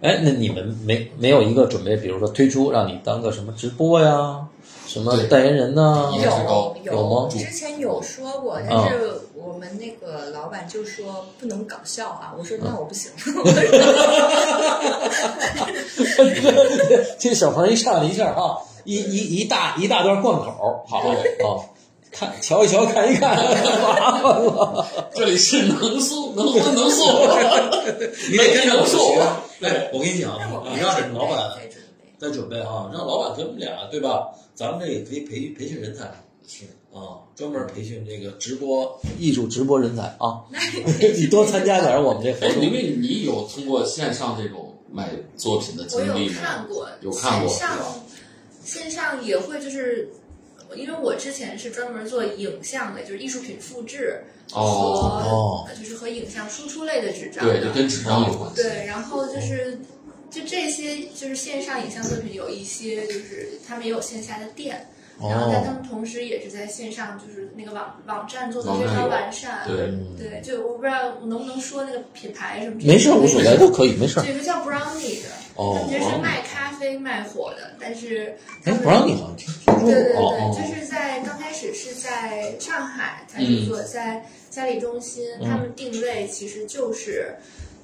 S1: 哎，那你们没没有一个准备，比如说推出让你当个什么直播呀，什么
S2: 对
S1: 代言人呐？
S2: 也是高
S4: 有
S1: 有吗嗯
S4: 之前有说过，但是我们那个老板就说不能搞笑啊。我说
S1: 嗯
S4: 那我不行，
S1: 这小鹏一上来一下啊，一一一大一大段贯口，好啊，看瞧一瞧，看一看，麻烦了。
S2: 这里是能速能荤能 素，你得跟能啊素。对，
S1: 我跟你讲
S4: 那我
S1: 啊，
S4: 们
S1: 你让你老板
S4: 再准备。
S1: 再准备啊，让老板跟我们俩对吧？咱们这也可以培培训人才，是啊，专门培训这个直播艺术直播人才啊。 你多参加点儿我们这
S2: 哎
S1: 活，
S2: 因
S1: 动。
S2: 为你有通过线上这种买作品的经
S3: 我有
S2: 历
S3: 看
S2: 吗？
S3: 过，
S2: 有看过
S3: 线
S2: 对吧
S3: 上线上也会就是。因为我之前是专门做影像的，就是艺术品复制
S2: 哦，
S1: 哦
S3: 和就是和影像输出类的纸张的，
S2: 对，就跟纸张有关系。
S3: 对，然后
S1: 嗯
S3: 就是就这些就是线上影像作品有一些就是他们也有线下的店，然后但他
S1: 哦，
S3: 们同时也是在线上就是那个网网站做的
S2: 网
S3: 非
S2: 站
S3: 常
S2: 有
S3: 完善。
S2: 对，
S1: 嗯
S3: 对，就我不知道我能不能说那个品牌什么之 类的。
S1: 没事，无所 谓，都可以，没 事。
S3: 有个叫 Brownie 的，
S1: 哦
S3: 他们就是卖咖啡卖火的，但是他
S1: 哎，
S3: 们
S1: 不让你好像听听说
S3: 对对对，
S1: 过哦哦，
S3: 就是在刚开始是在上海开
S1: 嗯
S3: 始做，在嘉里中心，他们定位其实就是，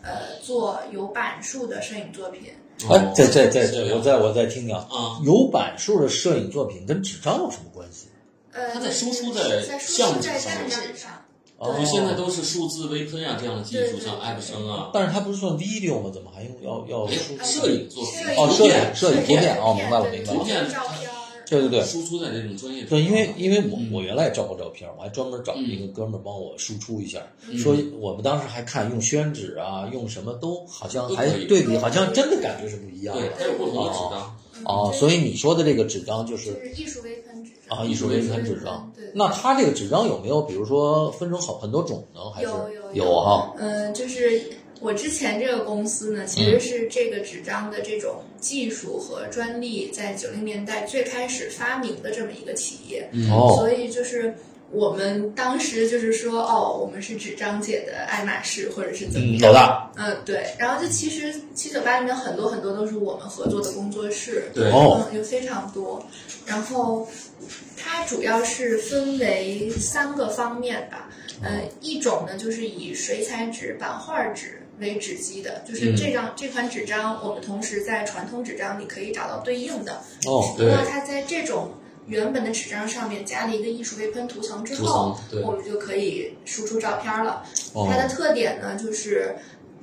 S3: 呃，做有版数的摄影作品。
S1: 哎，
S2: 这
S1: 在在在在，我再我再听听啊，
S2: 啊，
S1: 有版数的摄影作品跟纸张有什么关系？
S3: 呃，
S2: 它在输出
S3: 在输
S2: 项
S3: 出
S2: 目
S3: 在
S2: 上
S3: 站
S2: 面，
S3: 纸上，
S1: 哦
S2: 因为现在都是数字微喷啊这样的技术，
S3: 对
S2: 像 App 生啊，
S1: 但是它不是算 video 吗？怎么还用要要
S2: 哎
S1: 输
S2: 摄影作品
S3: 摄影
S1: 哦，摄
S2: 图
S1: 影
S2: 片
S1: 摄影图
S3: 片
S1: 片哦，明白了明白
S3: 对
S1: 了
S2: 图片
S3: 照片儿
S1: 对对对
S2: 输出在这种专业上。
S1: 对，呃因为因为我
S2: 嗯
S1: 我原来照过照片，我还专门找一个哥们儿帮我输出一下，
S2: 嗯
S1: 说我们当时还看用宣纸啊，用什么都好像还
S2: 都可以
S1: 对比，好像真的感觉是不一样
S2: 对，
S1: 的
S2: 它有不同的纸张，
S1: 哦。所以你说的这个纸张就
S3: 嗯就是是艺术微喷纸
S1: 啊，
S3: 张
S1: 艺术微喷纸嗯
S3: 张
S1: 张。，
S3: 对，
S1: 那它这个纸张有没有，比如说分成好很多种呢？还是
S3: 有有
S1: 有啊哈？嗯
S3: 嗯，就是我之前这个公司呢，其实是这个纸张的这种技术和专利在九零年代最开始发明的这么一个企业，
S2: 嗯
S1: 哦
S3: 所以就是。我们当时就是说，哦，我们是纸张界的爱马仕，或者是怎么
S1: 嗯，老
S3: 样？
S1: 大
S3: 嗯，对。然后就其实七九八里面很多很多都是我们合作的工作室，
S2: 对
S1: 哦
S3: 嗯，有非常多。然后它主要是分为三个方面吧，呃，一种呢就是以水彩纸、版画纸为纸基的，
S2: 嗯
S3: 就是这张、这款纸张，我们同时在传统纸张里可以找到对应的。
S1: 哦，
S2: 对
S3: 那它在这种原本的纸张上面加了一个艺术微喷涂层之
S2: 涂
S3: 后
S2: 层，对
S3: 我们就可以输出照片了。
S1: 哦
S3: 它的特点呢，就是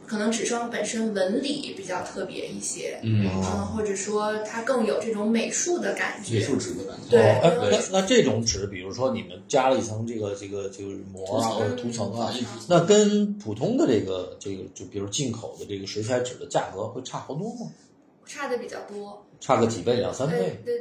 S3: 可能纸张本身纹理比较特别一些，
S2: 嗯，
S3: 嗯、
S1: 哦，
S3: 或者说它更有这种美术的感
S2: 美
S3: 觉。
S2: 术纸的感觉。
S3: 对
S1: 哎
S3: 对
S1: 那那这种纸，比如说你们加了一层这个这个就是膜啊，或者涂层啊，
S2: 嗯
S1: 那跟普通的这个这个，就比如进口的这个水彩纸的价格会差好多吗？
S3: 差的比较多。
S1: 差个几倍，两三
S3: 呃
S1: 倍？
S3: 对，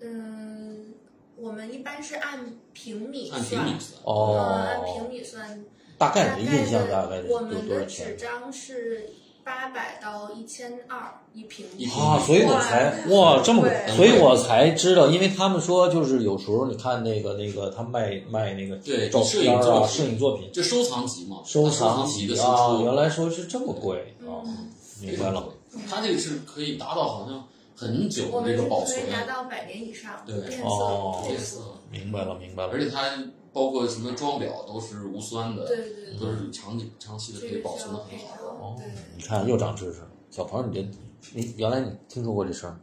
S3: 嗯，我们一般是按平米
S2: 按平
S3: 算，
S2: 米算，
S3: 呃，按
S1: 哦
S3: 平，米算。
S1: 大
S3: 大
S1: 概你的印象大概
S3: 的
S1: 是
S3: 我
S1: 多
S3: 们
S1: 多少
S3: 的纸
S1: 钱？
S3: 张是八百到一千二一平米
S2: 一。平
S1: 啊，所以我才哇这么贵，
S4: 对
S1: 所以我才知道，因为他们说就是有时候你看那个那个他卖卖那个
S2: 对
S1: 照
S2: 摄
S1: 片
S2: 影作
S1: 啊，
S2: 品
S1: 摄影作品
S2: 就收藏级嘛，
S1: 收
S2: 藏
S1: 藏
S2: 级的输
S1: 啊，
S2: 出，
S1: 原来说是这么贵啊，
S3: 嗯，
S1: 明白了。。
S2: 它这个是可以达到好像很久
S3: 我
S2: 的这
S3: 们是
S2: 个保
S3: 可
S2: 存啊
S3: 以，达到百年以上，
S2: 对
S3: 变
S1: 哦
S3: 色
S2: 变
S3: 变
S2: 色啊
S3: 色，，
S1: 明白了，明白了
S2: 而。且它包括什么装裱都是无酸的，
S3: 对对
S2: 都是长久长期的可
S3: 对，
S2: 以
S3: 这
S2: 保
S3: 个是
S2: 存的哦
S3: 要
S2: 很
S3: 配
S2: 好。
S3: 合，对。
S1: 你看又长知识了，小朋友，你这你原来你听说过这事儿？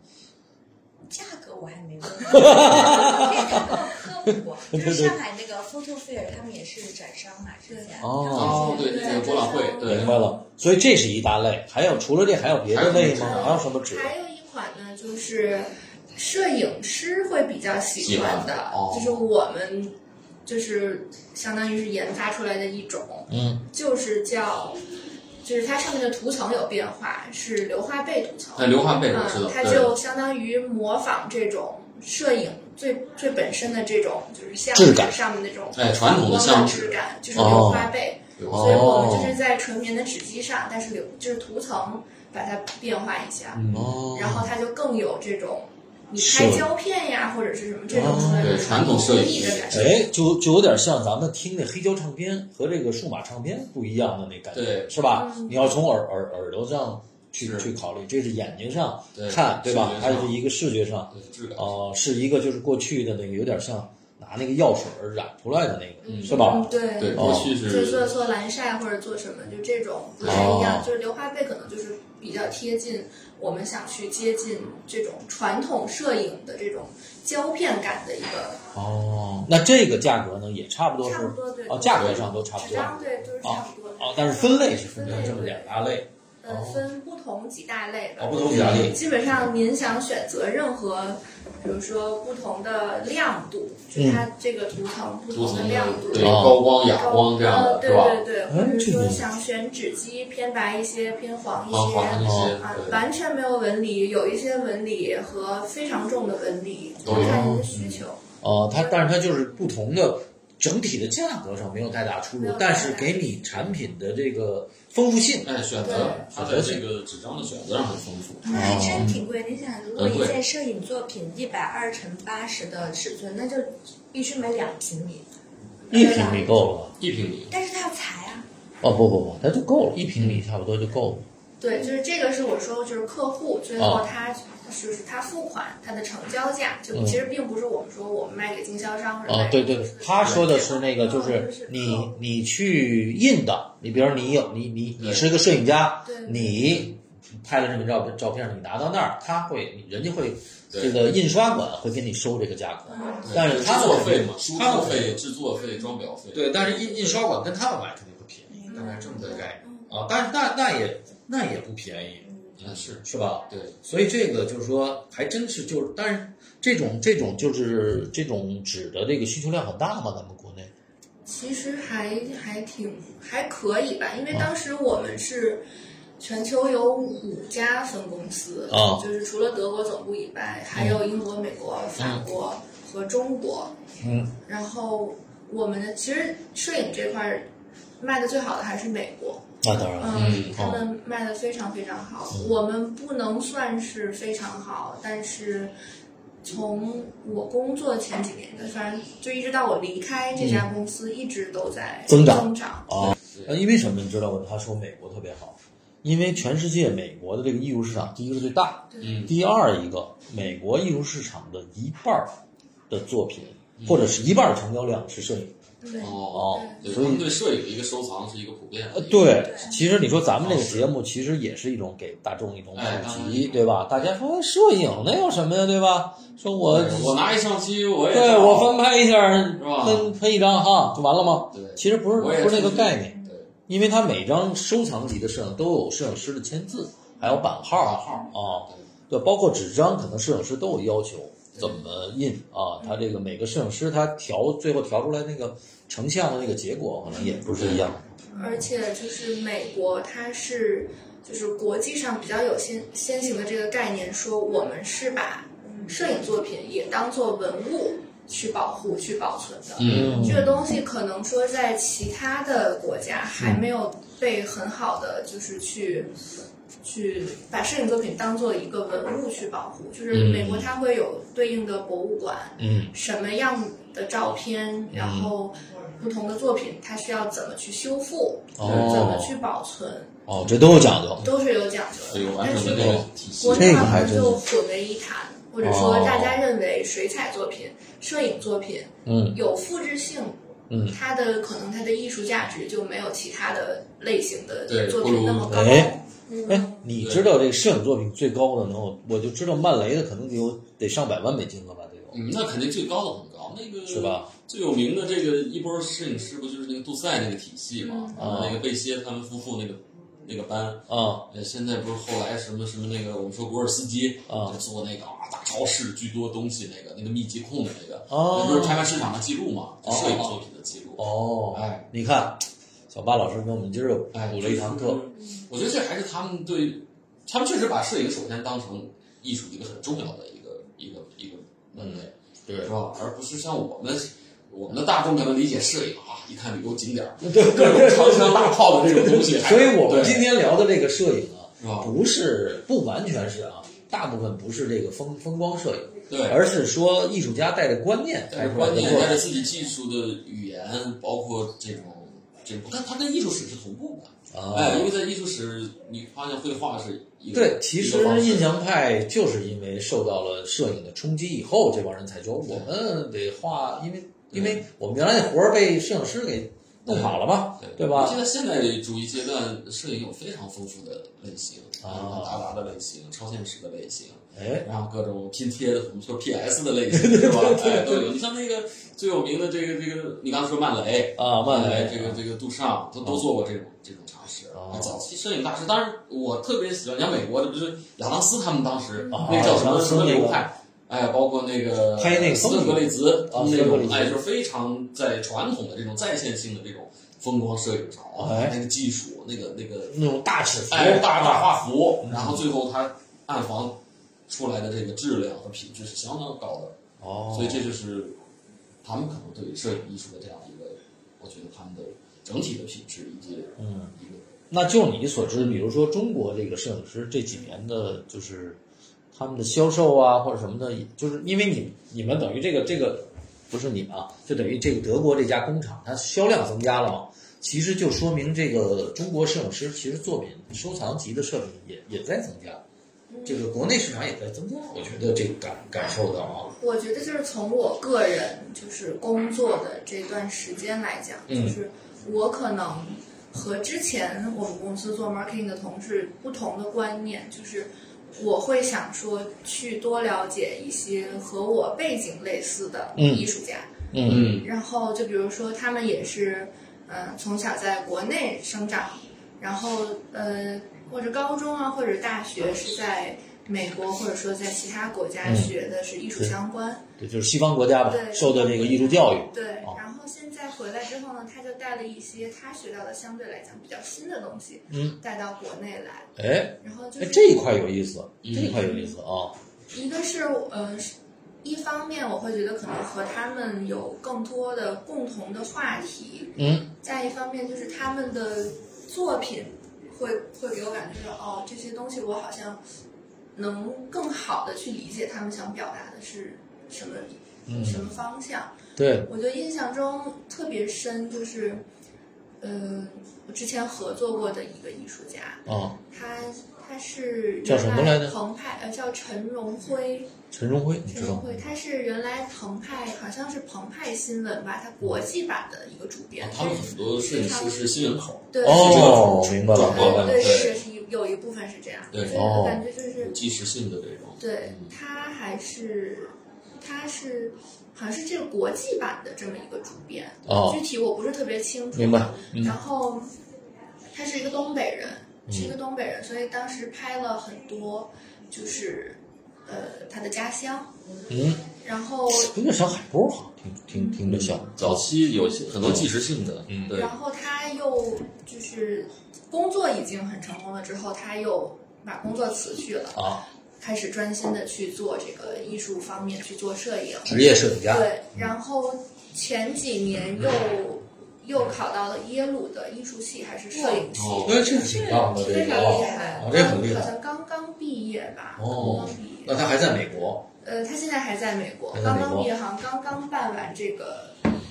S4: 价格我还没问，可以给我科普 过。就是上海那个 Photo Fair，他们也是展商嘛，之前。
S1: 哦，
S2: 哦，对，那个博览会，对，
S1: 明白了。所以这是一大类，还有除了这还有别的类吗？
S2: 还有
S1: 还有什么纸？
S3: 还有一款呢，就是摄影师会比较喜欢
S2: 喜
S3: 的，
S2: 欢哦
S3: 就是我们就是相当于是研发出来的一种，
S1: 嗯，
S3: 就是叫，就是它上面的涂层有变化，是硫化钡涂层。
S2: 哎，刘汉贝我知道
S3: 嗯，，它
S2: 对
S3: 就相当于模仿这种摄影最最本身的这种就是相
S1: 质
S3: 纸
S1: 感
S3: 上面的这种
S2: 哎传统的相
S3: 相
S2: 纸哦
S3: 质感，就是硫化钡。
S2: 对
S1: 哦
S3: 所以我们就是在纯棉的纸基上，但是留就是涂层把它变化一下，
S2: 嗯，
S1: 哦，
S3: 然后它就更有这种你
S1: 摄
S3: 拍
S1: 影
S3: 胶片呀或者是什么这
S1: 哦
S3: 种出来
S2: 对
S3: 的
S2: 传统摄影
S3: 工艺的感觉。
S1: 哎，就就有点像咱们听那黑胶唱片和这个数码唱片不一样的那感觉，
S2: 对
S1: 是吧？
S3: 嗯
S1: 你要从耳耳耳朵上去
S2: 是
S1: 去考虑，这是眼睛上
S2: 对
S1: 看，对吧
S2: 视？觉
S1: 还
S2: 上
S1: 是一个视觉上，
S2: 对，质感，
S1: 哦，是一个就是过去的那个有点像拿那个药水儿染出来的那个，
S2: 嗯
S1: 是吧？
S3: 嗯，对
S2: 对，
S1: 哦
S2: 过去
S3: 就是做
S2: 是
S3: 做蓝晒或者做什么，就这种不太一
S1: 哦
S3: 样。就是硫化钡可能就是比较贴近我们想去接近这种传统摄影的这种胶片感的一个，
S1: 哦，那这个价格呢也差不多是
S3: 差不多对。
S1: 哦，价格上都差不
S3: 纸
S1: 多
S3: 张对都是差不多的。
S1: 哦，但是分类是分
S3: 分
S1: 成
S3: 类
S1: 这么两
S3: 对
S1: 大类
S3: 呃，分不同几大类吧。
S1: 哦哦不同几大类
S3: 基本上您想选择任何，比如说不同的亮度，就
S1: 嗯
S3: 它这个图层不
S2: 涂
S3: 同的
S2: 层
S3: 亮
S2: 的，
S3: 度，
S2: 对，
S1: 哦
S2: 高光、哑光这样的，
S3: 呃
S2: 是吧？
S3: 对对对，
S1: 哎
S3: 或者
S1: 这
S3: 说
S1: 个哦
S3: 想选纸基偏白一些、偏黄一
S2: 啊，
S3: 些
S2: 黄上一些，
S3: 啊，
S2: 对，
S3: 完全没有纹理，有一些纹理和非常重的纹理，
S2: 都
S3: 就
S2: 有
S3: 看您的需求。
S1: 哦，它但是它就是不同的整体的价格上没有太大出入
S3: 没有，太大
S1: 但是给你产品的这个丰富性
S2: 哎，选
S3: 对
S2: 择，它在这个纸张的选择上很丰富，
S4: 那还哎
S1: 哦
S4: 真挺贵。你想，如果
S1: 嗯
S2: 很贵
S4: 一件摄影作品一百二乘八十的尺寸，那就必须买两平米。
S1: 一平米够了吧？
S2: 一平
S1: 嗯
S2: 米，
S4: 但是它要裁啊，
S1: 哦不不不，它就够了，一平米差不多就够了。
S3: 对，就是这个是我说，就是客户最
S1: 哦
S3: 后他就是他付款，他的成交价，就
S1: 嗯
S3: 其实并不是我们说我们卖给经销商或者
S1: 哦
S3: 卖，给
S1: 对对
S3: 公
S1: 对
S3: 司，
S1: 他说的是那个，就
S3: 哦
S1: 是
S3: 就是
S1: 你你去印的，你比如你有你你
S2: 对
S1: 你是个摄影家
S3: 对，嗯
S1: 你拍了这么照片照片，你拿到那儿，他会人家会
S2: 对
S1: 这个印刷馆会给你收这个价格，
S2: 对
S1: 但是
S2: 制
S1: 他们
S2: 作
S1: 肯定
S2: 费嘛，输
S1: 他们
S2: 出费、制作费、装裱费，
S1: 对，但是印印刷馆跟他们买肯定不便宜，
S4: 嗯
S1: 大概这么个概念啊。但是那那也那也不便宜，
S2: 嗯是，
S1: 是吧？
S2: 对，
S1: 所以这个就是说，还真是就是，但是这种这种就是这种纸的这个需求量很大嘛，咱们国内
S3: 其实还还挺还可以吧，
S1: 哦
S3: 因为当时我们是全球有五家分公司，
S1: 啊
S3: 就是除了德国总部以外，还有英国、美国、法国和中国。
S1: 嗯，
S3: 然后我们的其实摄影这块儿卖的最好的还是美国，
S1: 那当然了，
S2: 嗯
S3: 他们卖的非常非常好。
S1: 嗯
S3: 我们不能算是非常好，但是从我工作前几年，反正就一直到我离开这家公司，一直都在
S1: 增长
S3: 增长
S1: 啊，呃，因为什么？你知道吗？他说美国特别好，因为全世界美国的这个艺术市场，第一个是最大，
S2: 嗯
S1: 第二一个，美国艺术市场的一半儿的作品，或者是一半儿成交量是摄影。
S3: 对，
S1: 哦，
S2: 哦，对，他
S1: 所以
S2: 们对摄影的一个收藏是一个普遍的嗯
S1: 呃，
S2: 一个，
S1: 对，其实你说咱们这个
S2: 方式
S1: 节目，其实也是一种给大众一种
S2: 哎
S1: 普
S2: 当然
S1: 及，对吧？大家说哎摄影那有什么呀，对吧？说我
S2: 对我拿一相机，我也
S1: 呃对
S2: 照
S1: 我翻拍一下，
S2: 吧
S1: 喷喷一张哈，就完了吗？
S2: 对
S1: 其实不是不
S2: 我也
S1: 是那个
S2: 是
S1: 概念，
S2: 对
S1: 因为它每张收藏级的摄影都有摄影师的签字，还有版号
S2: 大号
S1: 啊，对，包括纸张，可能摄影师都有要求怎么印啊，
S2: 嗯
S1: 他这个每个摄影师他调最后调出来那个成像的那个结果，可能也不是一样。
S3: 而且就是美国，它是就是国际上比较有先先行的这个概念，说我们是把摄影作品也当做文物去保护、去保存的。
S2: 嗯
S3: 这个东西可能说在其他的国家
S1: 嗯
S3: 还没有被很好的就是去。去把摄影作品当做一个文物去保护，就是美国它会有对应的博物馆，
S1: 嗯
S3: 什么样的照片，然后不同的作品它需要怎么去修复，
S1: 哦
S3: 怎么去保存，
S1: 哦，这都有讲究。
S3: 都是有讲究
S2: 对
S3: 的。
S2: 有完
S3: 但
S2: 整
S3: 是
S2: 的这
S1: 嗯
S2: 个体系
S3: 国。
S1: 这
S3: 内
S1: 个
S3: 好
S1: 还
S3: 像
S1: 真哦
S3: 就混为一谈，或者说大家认为水彩作品、摄影作品
S1: 嗯
S3: 有复制性。
S1: 嗯，
S3: 它的可能它的艺术价值就没有其他的类型的
S2: 对
S3: 作品那么高
S1: 不如，哎哎
S4: 嗯，，
S1: 你知道这个摄影作品最高的能有，我就知道曼雷的可能得有得上百万美金了吧，得有
S2: 嗯，那肯定最高的很高，那个
S1: 是吧？
S2: 最有名的这个一波摄影师不就是那个杜塞那个体系嘛？
S1: 嗯
S2: 那个贝歇他们夫妇那个那个班，
S1: 啊
S2: 呃，现在不是后来什么什么那个，我们说古尔斯基
S1: 啊
S2: 就做那个啊大超市居多东西那个那个密集控的那个，
S1: 哦
S2: 那不是拍卖市场的记录嘛，
S1: 哦
S2: 摄影作品的记录。
S1: 哦，
S2: 哎，
S1: 你看，小巴老师给我们今儿又补了一堂课，
S2: 我觉得这还是他们对，他们确实把摄影首先当成艺术一个很重要的一个一个一个门类，
S1: 嗯对
S2: 是吧？而不是像我们。我们的大众可能理解摄影啊，一看旅游景点儿，
S1: 对
S2: 各种长枪大炮的这种东西，
S1: 所以我们
S2: 对
S1: 今天聊的这个摄影
S2: 是吧
S1: 啊，不是不完全是啊，大部分不是这个风风光摄影，
S2: 对
S1: 而是说艺术家带着观念
S2: 但
S1: 拍
S2: 是
S1: 出来
S2: 关
S1: 的
S2: 键
S1: 作
S2: 但是
S1: 品。
S2: 自己技术的语言，包括这种这种，但它跟艺术史是同步的。
S1: 啊
S2: 哎，因为在艺术史，你发现绘画是一个
S1: 对，其
S2: 一
S1: 实
S2: 个方式
S1: 印象派就是因为受到了摄影的冲击以后，这帮人才说我们得画，因为因为我们原来那活儿被摄影师给弄跑了嘛，对
S2: 尤
S1: 吧
S2: 其？在现代主义阶段，摄影有非常丰富的类型，
S1: 啊
S2: 达达的类型、超现实的类型，
S1: 哎，
S2: 然后各种拼贴的，我们说 PS 的类型，是吧？哎，都有。你像那个最有名的这个这个，你刚才说曼雷
S1: 啊曼雷
S2: 哎这个这个杜尚，都都做过这种这种尝试
S1: 哦。
S2: 早期摄影大师，当然我特别喜欢，你像美国的，不是亚当斯他们当时
S1: 哦
S2: 那个叫什
S1: 亚
S2: 么
S1: 当斯
S2: 什
S1: 那
S2: 么
S1: 个
S2: 流派。哎，包括那个
S1: 拍那个
S2: 斯
S1: 风景
S2: 特格雷兹
S1: 啊
S2: 那
S1: 斯特格雷
S2: 种，
S1: 兹
S2: 哎，就是非常在传统的这种在线性的这种风光摄影上啊
S1: 哎，
S2: 那个技术，那个那个
S1: 那种大尺幅，嗯
S2: 哎，大大画幅，然后最后它暗房出来的这个质量和品质是相当高的，
S1: 哦，
S2: 所以这就是他们可能对摄影艺术的这样一个，我觉得他们的整体的品质以及
S1: 嗯，
S2: 一个
S1: 那就你所知，比如说中国这个摄影师这几年的，就是他们的销售啊，或者什么的，就是因为你你们等于这个这个不是你们啊，就等于这个德国这家工厂它销量增加了嘛，其实就说明这个中国摄影师其实作品收藏级的摄品也也在增加，这个国内市场也在增加，我觉得这个感感受到啊，
S3: 我觉得就是从我个人就是工作的这段时间来讲，
S1: 嗯
S3: 就是我可能和之前我们公司做 marketing 的同事不同的观念，就是我会想说去多了解一些和我背景类似的
S1: 嗯
S3: 艺术家，
S1: 嗯
S3: 然后就比如说他们也是，呃，从小在国内生长，然后呃，我是高中啊，或者大学是在美国，或者说在其他国
S1: 嗯
S3: 家学的是艺术相关。
S1: 对，就是西方国家吧，
S3: 对
S1: 受的这个艺术教育，
S3: 对
S1: 哦，
S3: 然后现在回来之后呢，他就带了一些他学到的相对来讲比较新的东西，
S1: 嗯，
S3: 带到国内来，
S1: 哎，
S3: 然后就
S1: 哎
S3: 是
S1: 这一块有意思，这
S2: 嗯
S1: 一块有意思啊，
S3: 一个是呃，是一方面我会觉得可能和他们有更多的共同的话题，
S1: 嗯，
S3: 再一方面就是他们的作品会会给我感觉就是哦，这些东西我好像能更好的去理解他们想表达的是什么、
S1: 嗯
S3: 什么方向。
S1: 对，
S3: 我觉得印象中特别深就是，嗯、我之前合作过的一个艺术家，
S1: 啊，
S3: 他他是
S1: 叫什么
S3: 原
S1: 来着
S3: 澎湃呃叫陈荣辉，
S1: 陈荣辉，你
S3: 陈
S1: 知
S3: 荣
S1: 道吗？
S3: 辉他是原来澎湃好像是澎湃新闻吧，他国际版的一个主编，
S2: 哦他们很多摄影师是新闻口，
S3: 对
S1: 哦，明白
S2: 转过
S1: 了，
S2: 来了
S3: 对对
S2: 对
S3: 是是有一部分是这样，
S2: 对
S3: 所以
S1: 哦
S3: 我感觉就是
S2: 有纪实性的这种。
S3: 对
S2: 嗯
S3: 他还是他是好像是这个国际版的这么一个主编，
S1: 哦
S3: 具体我不是特别清楚。
S1: 明白嗯
S3: 然后他是一个东北人，是一个东北人，所以当时拍了很多就是呃他的家乡，
S1: 嗯，
S3: 然后
S1: 有点像海波哈，听听听着像，
S3: 嗯
S2: 早期有些很多纪实性的，
S1: 嗯
S2: 对
S3: 然，后他又就是工作已经很成功了之后，他又把工作辞去了，
S1: 啊，
S3: 开始专心的去做这个艺术方面去做摄影。
S1: 职业摄影家，
S3: 对，然后前几年又
S1: 嗯
S3: 又考到了耶鲁的艺术系还是摄影系，
S2: 哦
S1: 哎，这挺棒的，这
S4: 非
S1: 个
S4: 常
S1: 啊
S4: 厉害
S1: 啊，这很厉
S3: 好
S1: 害。
S3: 像刚刚毕业吧，
S1: 哦
S3: 刚刚毕业。
S1: 那他还在美国，
S3: 呃，他现在还在美国
S1: 还，在
S3: 刚
S1: 美国
S3: 刚毕业，好像刚刚办完这个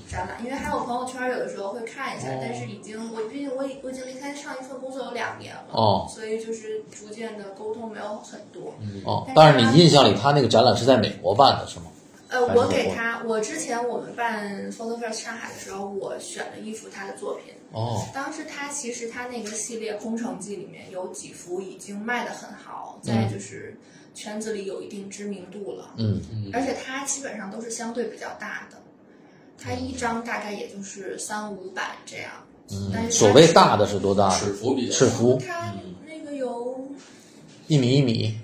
S3: 展览，因为还有朋友圈有的时候会看一下，
S1: 哦
S3: 但是已经我毕竟我已我已经离开上一份工作有两年了，
S1: 哦
S3: 所以就是逐渐的沟通没有很多。
S1: 哦
S3: 但
S1: 但
S3: 是
S1: 是
S3: 他
S1: 你印象里他那个展览是在美国办的是吗？
S3: 呃，
S1: 还是
S3: 我
S1: 美
S3: 给
S1: 国
S3: 他，我之前我们办 Photo Fair 上海的时候，我选了一幅他的作品，
S1: 哦，
S3: 当时他其实他那个系列《空城计》里面有几幅已经卖得很好，在就是圈子里有一定知名度了，
S1: 嗯，
S3: 而且他基本上都是相对比较大的，他一张大概也就是三五百这样。但是
S1: 嗯所谓大的是多大？
S2: 尺幅比较
S1: 尺
S2: 大，
S1: 幅
S3: 他那个有
S1: 一米一米，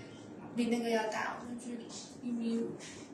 S3: 比那个要大，我就是一米五，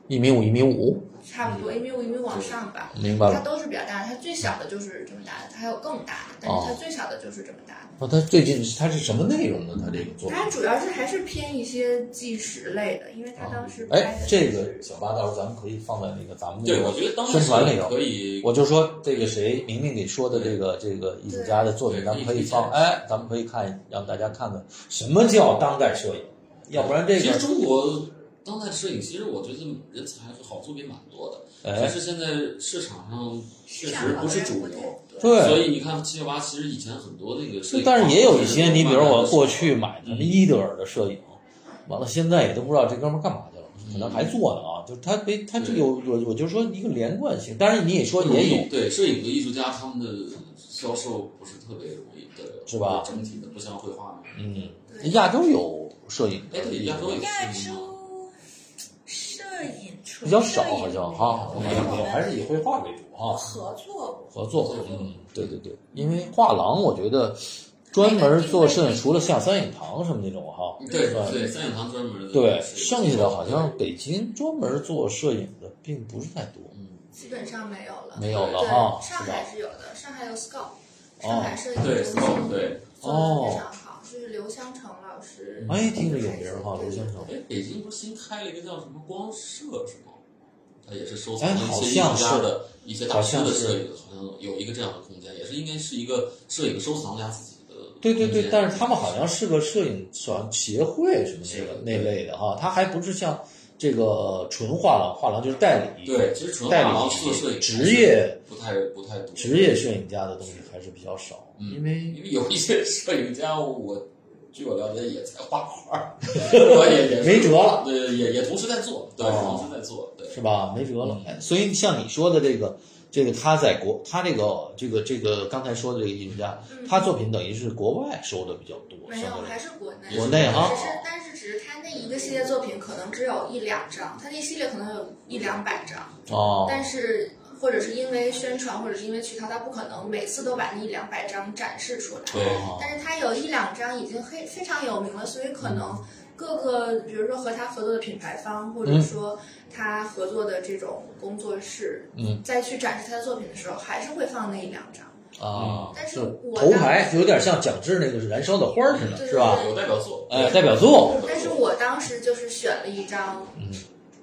S1: 一米五一米五，
S3: 差不多
S1: 嗯
S3: 一米五一米往上吧。
S1: 明白
S3: 它
S1: 了。
S3: 都是比较大的，它最小的就是这么大的，它还有更大的，但
S1: 哦
S3: 是它最小的就是这么大的。
S1: 那哦他最近他是什么内容呢？他这个作品？
S3: 它主要是还是偏一些纪实类的，因为它当时拍
S1: 哎
S3: 的，
S1: 这个小八到时候咱们可以放在那个咱们那
S2: 对，
S1: 个
S2: 我觉得当时
S1: 宣传里头
S2: 可以，
S1: 我就说这个谁，明明你说的这个这个艺术家的作品，
S2: 对
S1: 咱们可
S2: 可
S1: 以
S2: 以推
S1: 放，
S2: 荐
S1: 哎，咱们可以看，让大家看看什么叫当代摄影，要不然这
S2: 其实
S1: 个，
S2: 中国当代摄影，其实我觉得人才和好作品蛮多的，但
S1: 哎，
S2: 是现在市场上确
S4: 市场
S2: 实
S4: 好
S2: 不是
S4: 像
S2: 主
S4: 不太
S2: 流，所
S1: 对，
S2: 以你看七九八，其实以前很多那个摄影，
S1: 但是也有一些，你比如我过去
S2: 慢
S1: 买的那伊德尔的摄影，完了现在也都不知道这哥们儿干嘛去了，可能还做呢啊，就是他没，他就
S2: 对
S1: 有我我就说一个连贯性，当然你也说
S2: 慢地
S1: 也
S2: 容
S1: 有
S2: 易，对摄影和艺术家他们的销售不是特别容易的，
S1: 是吧
S2: 整体的不像绘画那样，
S1: 嗯，
S3: 对
S1: 亚洲有摄影的
S2: 哎，对，
S1: 艺术
S2: 亚洲
S1: 家
S2: 也
S4: 亚
S2: 是吗
S4: 洲摄影
S1: 比较少，好像哈，
S4: 我
S1: 没有，啊还是以绘画为主哈。
S4: 合作
S1: 合作
S4: 合，作
S1: 嗯，对对对，因为画廊我觉得专门做摄影，除了像三影堂什么那种哈，
S2: 对
S1: 吧
S2: 对，三影堂专门的
S1: 对，
S2: 摄影
S1: 剩下的好像北京专门做摄影的并不是太多，
S2: 嗯
S3: 基本上没有了。
S1: 没有了
S3: 对，
S1: 哈，
S3: 上
S1: 是吧？哦
S3: 海是有的，上海有 SCOP，上海摄影中
S2: 对
S3: 心做的
S2: scope 对，
S3: 非常好，就是刘湘成老师。
S1: 哎，听着有名儿哈，
S3: 对
S1: 刘先生，
S2: 哎，北京不是新开了一个叫什么光社是吗？它也是收藏
S1: 哎
S2: 一
S1: 好
S2: 些艺
S1: 像
S2: 术家
S1: 是
S2: 的一些
S1: 好
S2: 大师
S1: 像
S2: 的
S1: 是
S2: 摄影，好像有一个这样的空间，也是应该是一个摄影收藏家自己的空间。
S1: 对对对，但是他们好像是个摄影团协会什么那个
S2: 是
S1: 那类的哈，他还不是像这个呃纯画廊，画廊就是代理，
S2: 对，其实纯画
S1: 代
S2: 廊做摄
S1: 理
S2: 影
S1: 职业
S2: 不太不太多，
S1: 职业摄影家的东西还是比较少，
S2: 嗯
S1: 因为
S2: 因为有一些摄影家，我据我了解也在画 画儿，我也也是
S1: 没辙了，
S2: 对，也也同时在做，对，
S1: 哦
S2: 同时在做，对，
S1: 是吧？没辙了。
S3: 嗯
S1: 哎所以像你说的这个，这个他在国，他这个这个这个刚才说的这个艺术家，
S3: 嗯
S1: 他作品等于是国外收的比较多，
S3: 没有
S1: 相，对来
S3: 哦还
S1: 说
S3: 是国内。
S1: 国内哈
S3: 只是，但是只是他那一个系列作品可能只有一两张，他那系列可能有一两百张，
S1: 哦，
S3: 但是或者是因为宣传，或者是因为渠道，他不可能每次都把那一两百张展示出来。
S2: 对
S1: 哦
S3: 但是他有一两张已经非非常有名了，所以可
S1: 嗯
S3: 能各个，比如说和他合作的品牌方，或者
S1: 嗯
S3: 说他合作的这种工作室，
S1: 嗯，
S3: 再去展示他的作品的时候，还是会放那一两张。
S1: 啊，
S3: 嗯但是
S1: 就
S3: 我
S1: 头
S3: 当
S1: 牌有点像蒋志那个燃烧的花儿似的，
S3: 对
S1: 是吧？
S2: 有代表作，
S1: 哎，代表作，
S3: 但是我当时就是选了一张，
S1: 嗯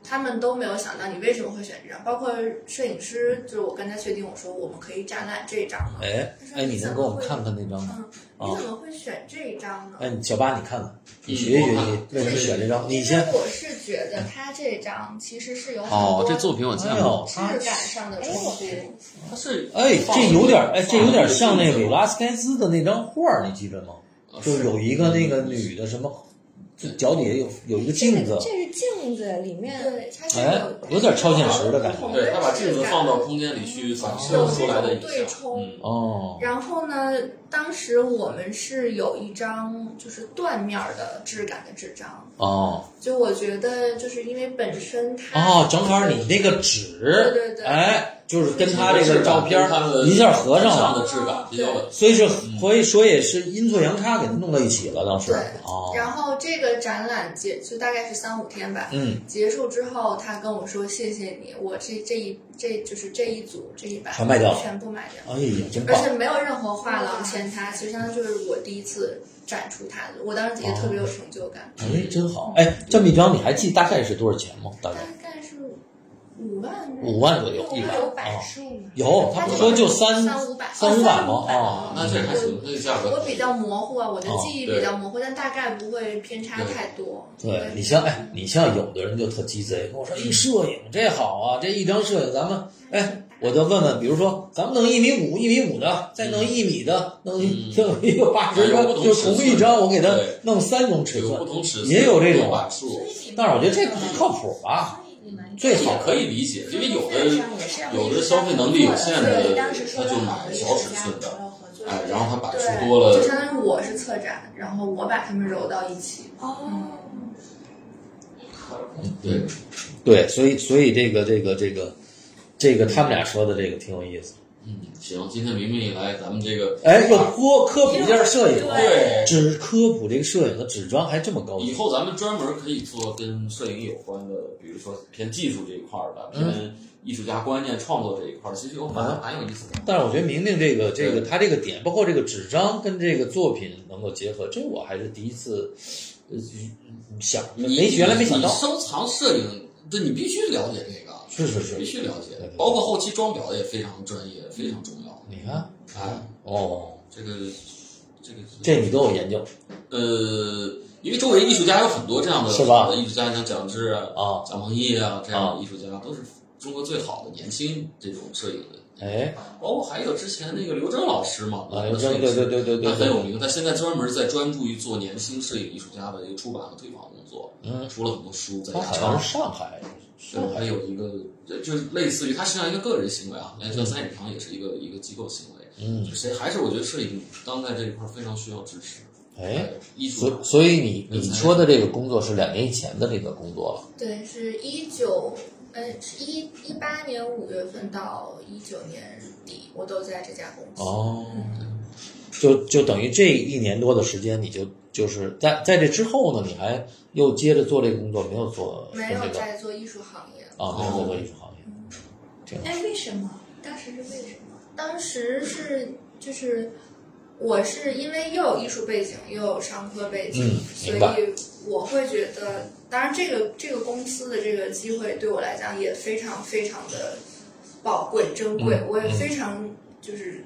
S3: 他们都没有想到你为什么会选这张，包括摄影师，就是我跟他确定，我说我们可以展览这张吗？
S1: 哎哎，你能给我们看看那张吗？
S3: 嗯，
S1: 哦
S3: 你怎么会选这一张呢？
S1: 哎，小八，你
S3: 嗯
S1: 看看，你学一学，你为什么选这张？你
S3: 因为
S1: 先，
S3: 我是觉得他这张其实是有很
S2: 哦
S3: 多，
S2: 这作品我见
S1: 哎
S2: 过，
S1: 呦，
S3: 质感上的冲突。
S2: 它是
S1: 哎，这有点，哎，这有点像那
S2: 个
S1: 个里拉斯盖斯的那张画儿，你记得吗？就有一个那个女的什么，就脚底下有有一个镜子
S6: 这，是镜子里面，
S3: 对，它是
S1: 哎
S3: 有，
S1: 有点超现实的感觉。
S2: 对他把镜子放到空间里去反射出来的影
S3: 对
S2: 像，
S3: 冲
S2: 嗯，
S1: 哦，
S3: 然后呢，当时我们是有一张就是缎面儿的质感的纸张，
S1: 哦，
S3: 就我觉得就是因为本身它
S1: 哦，正好你那个纸，
S3: 对对对
S1: 哎，就是跟他这个照片
S2: 跟它的
S1: 一下合上
S2: 上
S1: 了，
S2: 的嗯质感比较稳，
S1: 所以是所以说也是阴错阳差给他弄到一起了，当时
S3: 对
S1: 哦，
S3: 然后这个展览结就大概是三五天吧，
S1: 嗯，
S3: 结束之后，他跟我说：“谢谢你，我这这一这就是这一组这一版
S1: 全卖掉
S3: 全部卖掉，
S1: 哎呀，真
S3: 而
S1: 棒，
S3: 且没有任何画廊签他，其实相当于就是我第一次展出他的，我当时也特别有成就感。
S1: 哎，真好，哎，这么一张你还记大概是多少钱吗？大
S3: 大
S1: 概
S3: 概是五万
S1: 哦五万左右一百
S6: 有版
S1: 啊，
S6: 数吗？
S1: 有他不说就三
S3: 三五百，
S1: 三五百吗？
S3: 哦
S1: 啊，
S2: 那这还行，这个价格
S3: 我比较模糊啊，我的
S1: 哦
S3: 记忆
S2: 对
S3: 比较模糊，但大概不会偏差太多。
S1: 对你像哎，你像有的人就特鸡贼，跟我说，
S2: 嗯
S1: 哎，摄影这好啊，这一张摄影咱们哎，我就问问，比如说咱们弄一米五、一米五的，再弄一米的，弄一弄一个八十
S2: 嗯有
S1: 张
S2: 不，同
S1: 就
S2: 尺
S1: 同一
S2: 寸
S1: 张我给他
S2: 对
S1: 弄三种尺
S2: 有
S1: 寸
S2: 不，同尺寸，
S1: 也有这种
S2: 把数，
S1: 但是我觉得这不靠谱吧？最
S2: 也
S1: 好
S2: 可以理解，因为有的有的消费能力有限的，他就买小尺寸的，哎，然后他版数
S3: 对，
S2: 多了
S3: 就，相当于我是策展，然后我把他们揉到一起。
S6: 哦，
S2: 对，
S1: 对，所以所以这个这个这个这个他们俩说的这个挺有意思。
S2: 嗯，行，今天明明一来，咱们这个
S1: 哎，又科科普一下摄影，
S2: 啊对
S1: 只科普这个摄影的纸张还这么高级
S2: 以后咱们专门可以做跟摄影有关的，比如说偏技术这一块儿的，
S1: 嗯
S2: 偏艺术家观念创作这一块儿，其实有
S1: 啊
S2: 蛮蛮有意思的。
S1: 但是我觉得明明这个这个他这个点，包括这个纸张跟这个作品能够结合，这我还是第一次，呃，想没原来没想
S2: 你
S1: 到，
S2: 收藏摄影，对你必须了解这个，
S1: 是是是
S2: 必须了解
S1: 对嗯对，
S2: 包括后期装裱也非常专业，非常重要。
S1: 你看
S2: 哎，
S1: 哦，
S2: 这个这个
S1: 这你都有研究
S2: 呃，因为周围艺术家有很多这样的
S1: 是吧
S2: 好的艺术家，像蒋志啊、
S1: 啊？
S2: 蒋鹏毅啊这样的艺术家，都是中国最好的年轻这种摄影人。
S1: 哎，
S2: 包括还有之前那个刘峥老师嘛，
S1: 啊，刘峥，对对对对对
S2: 他很有
S1: 对，
S2: 名，他现在专门在专注于做年轻摄影艺术家的一个出版和推广工作，
S1: 嗯
S2: 出了很多书，在
S1: 他
S2: 亚
S1: 好
S2: 超
S1: 像，是上海，上
S2: 对，
S1: 海
S2: 还有一个就是类似于他实际上一个个人行为啊，那像三影堂也是一个一个机构行为，
S1: 嗯，
S2: 谁还是我觉得摄影当代这一块非常需要支持，
S1: 哎，
S2: 艺术啊
S1: 所所以你你说的这个工作是两年以前的这个工作了，
S3: 对，是一九，呃，一一八年五月份到一九年底，我都在这家公司。
S1: 哦，就就等于这一年多的时间，你就就是在在这之后呢，你还又接着做这个工作，没有做
S3: 没有
S1: 那个
S3: 在做艺术行业，
S1: 啊，没有在做艺术行业，
S4: 哎，为什么？当时是为什么？
S3: 当时是就是我是因为又有艺术背景，又有商科背景，
S1: 嗯
S3: 所
S1: 明白
S3: 以我会觉得，当然这个这个公司的这个机会对我来讲也非常非常的宝贵珍贵，
S1: 嗯
S3: 我也非常就是。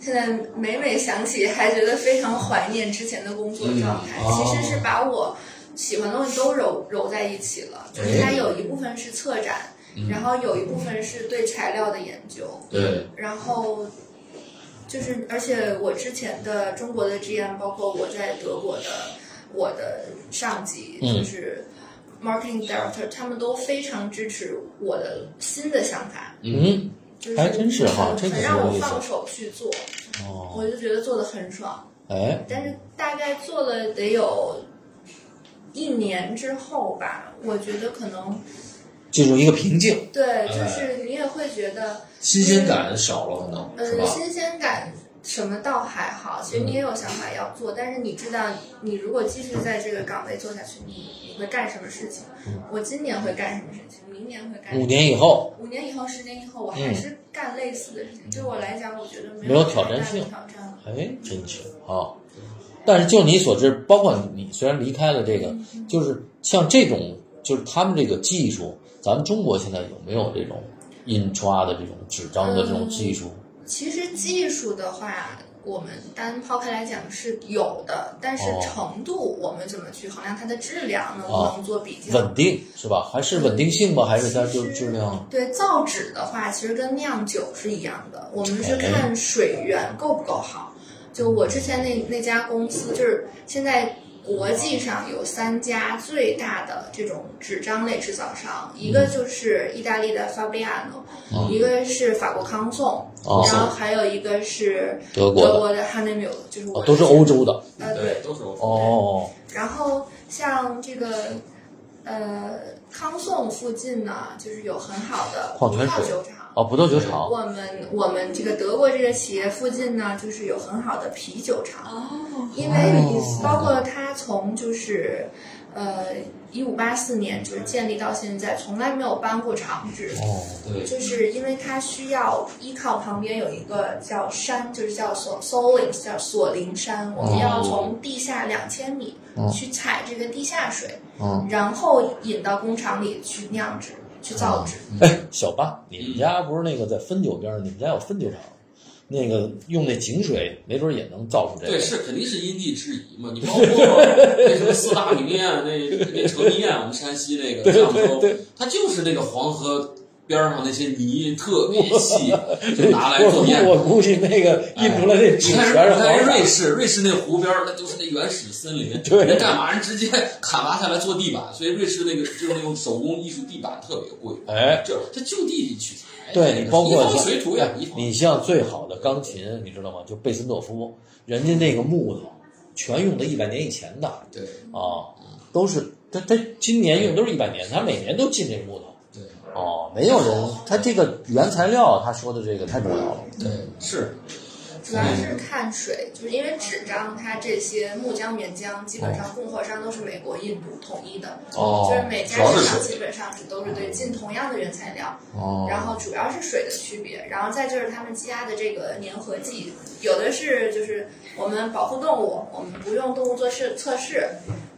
S3: 现在每每想起，还觉得非常怀念之前的工作状态。
S1: 嗯哦
S3: 其实是把我喜欢的东西都揉揉在一起了，
S1: 哎
S3: 就是它有一部分是策展，
S1: 嗯
S3: 然后有一部分是对材料的研究，
S2: 对，
S3: 然后就是，而且我之前的中国的 GM，包括我在德国的我的上级，
S1: 嗯
S3: 就是 marketing director，他们都非常支持我的新的想法，
S1: 嗯，
S3: 就是
S1: 还真是哈
S3: 很
S1: 这个
S3: 很
S1: 是
S3: 让
S1: 有
S3: 我
S1: 意思
S3: 放手去做，
S1: 哦，
S3: 我就觉得做的很爽。
S1: 哎，
S3: 但是大概做了得有一年之后吧，我觉得可能
S1: 进入一个瓶颈，
S3: 对，
S1: 哎
S3: 就是你也会觉得，
S1: 新鲜感少了，可能呃是
S3: 嗯，
S1: 吧？
S3: 新鲜感什么倒还好，其实你也有想法要做，但是你知道，你如果继续在这个岗位做下去，你你会干什么事情？我今年会干什么事情？明年会干
S1: 嗯
S3: 什
S1: 五
S3: 么？
S1: 年以后，
S3: 五年以后、十年以后，我还是干类似的事情。对我来讲，我觉得
S1: 没有
S3: 太
S1: 挑
S3: 大
S1: 战
S3: 的
S1: 性
S3: 挑战了。
S1: 哎，真是啊。但是就你所知，包括你虽然离开了这个，
S3: 嗯
S1: 就是像这种，就是他们这个技术，咱们中国现在有没有这种印刷的这种纸张的这种技术？
S3: 其实技术的话，我们单抛开来讲是有的，但是
S1: 哦
S3: 程度我们怎么去衡量它的质量，能不
S1: 哦
S3: 能做比较？
S1: 稳定是吧？还是稳定性吧？还是它就是质量？
S3: 对造纸的话，其实跟酿酒是一样的，我们是
S1: 哎
S3: 看水源够不够好。就我之前那那家公司，就是现在国际上有三家最大的这种纸张类制造商，
S1: 嗯
S3: 一个就是意大利的 Fabriano，、一个是法国康颂，
S1: 哦
S3: 然后还有一个是
S1: 德国的
S3: 德国的 h a n e m i l 就是我、
S1: 哦，都是欧。洲的
S3: 呃，对，
S2: 对，都是我。
S1: 哦。
S3: 然后像这个，呃，康颂附近呢，就是有很好的
S1: 矿泉
S3: 葡萄
S1: 水
S3: 酒厂。
S1: 哦，葡萄酒厂
S3: 我们我们这个德国这个企业附近呢，就是有很好的啤酒厂，
S4: 哦，
S3: 因
S1: 哦
S3: 为包括它从就是，呃，一五八四年就是建立到现在，从来没有搬过厂址，
S1: 哦，
S2: 对，
S3: 就是因为它需要依靠旁边有一个叫山，就是叫索索林，叫索林山，我们要从地下两千米
S1: 哦
S3: 去采这个地下水，
S1: 嗯，
S3: 然后引到工厂里去酿制，去造纸。
S1: 哎，小八，你们家不是那个在汾酒边儿，你们家有汾酒厂，那个用那井水，没准也能造出这
S2: 对，
S1: 个。
S2: 是肯定是因地制宜嘛。你包括那什么四大名宴，那那成吉宴，我们山西那个绛州，它就是那个黄河边儿上那些泥特别 细，就拿来做面
S1: 我。我估计那个印出来那纸
S2: 你看，
S1: 全是
S2: 你看
S1: 黄
S2: 瑞
S1: 色。
S2: 士，瑞士那湖边儿那就是那原始森林，
S1: 对
S2: 人干嘛？人直接砍伐下来做地板，所以瑞士那个就是那种手工艺术地板特别贵，
S1: 哎，
S2: 就它就地取材。
S1: 对
S2: 这个
S1: 你包括
S2: 一方水土养一方，
S1: 你像最好的钢琴，你知道吗？就贝森朵夫，人家那个木头全用的一百年以前的
S2: 对
S1: 啊，都是他他今年用都是一百年，他每年都进这木头。
S2: 对
S1: 哦，没有人，他这个原材料，他说的这个太重要了。
S2: 对是。
S3: 主要是看水，就是因为纸张它这些木浆、棉浆，基本
S2: 哦
S3: 上供货商都是美国、印度统一的，
S1: 哦
S3: 就是每
S2: 主
S3: 家
S2: 要是
S3: 市场
S2: 水哦
S3: 基本上是都是对进同样的原材料，
S1: 哦，
S3: 然后主要是水的区别，然后再就是他们加的这个粘合剂，有的是就是我们保护动物，我们不用动物做试测试。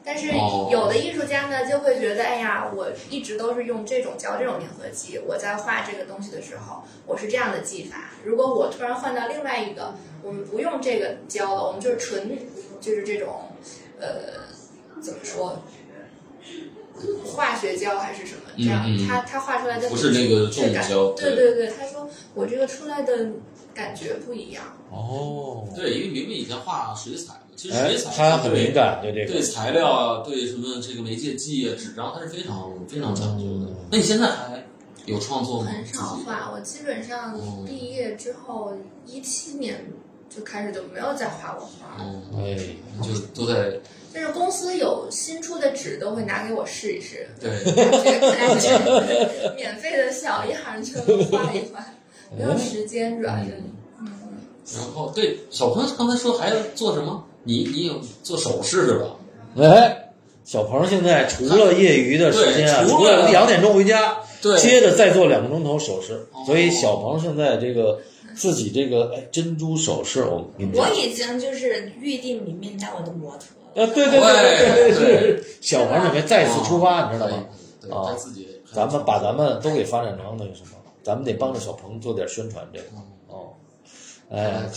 S3: 但是
S2: 哦
S3: 有的艺术家呢，就会觉得，哎呀，我一直都是用这种胶、这种粘合剂，我在画这个东西的时候，我是这样的技法。如果我突然换到另外一个，我们不用这个胶了，我们就是纯，就是这种，呃，怎么说，化学胶还是什么这样？
S2: 嗯嗯嗯
S3: 他他画出来的
S2: 不是那个
S3: 质感
S2: 重胶
S3: 对
S2: 对
S3: 对对，他说我这个出来的感觉不一样。
S1: 哦，
S2: 对，因为明明以前画水彩嘛，其实
S1: 哎
S2: 水，彩
S1: 他
S2: 对
S1: 很敏感，对这个
S2: 对。材料啊，对什么这个媒介记忆啊、纸张，它是非常非常讲究的。
S1: 嗯
S2: 那你现在还有创作吗？
S3: 很少画，我基本上
S2: 哦
S3: 毕业之后一七年就开始就没有再画过画了。
S2: 嗯，
S1: 哎，
S2: 就都在
S3: 但是公司有新出的纸都会拿给我试一 试，
S2: 对，
S3: 感觉免费的小样就画一画，没有时间主要是。
S2: 嗯然后对小鹏刚才说还要做什么？你你有做首饰是吧？
S1: 哎，小鹏现在除了业余的时间啊，
S2: 对
S1: 除
S2: 除了
S1: 了两点钟回家，
S2: 对
S1: 接着再做两个钟头首饰
S2: 哦。
S1: 所以小鹏现在这个自己这个哎珍珠首饰，我跟你们
S4: 我
S1: 讲。
S4: 已经就是预定你面到我的摩托了。
S1: 呃，对对对对
S2: 对
S1: 对，是小鹏准备再次出发，你知道吗？
S2: 对，
S1: 啊
S2: 他自己
S1: 咱们把咱们都给发展成那个什么，咱们得帮着小鹏做点宣传这个
S2: 嗯
S1: 哦。
S2: 哎
S1: 哎，，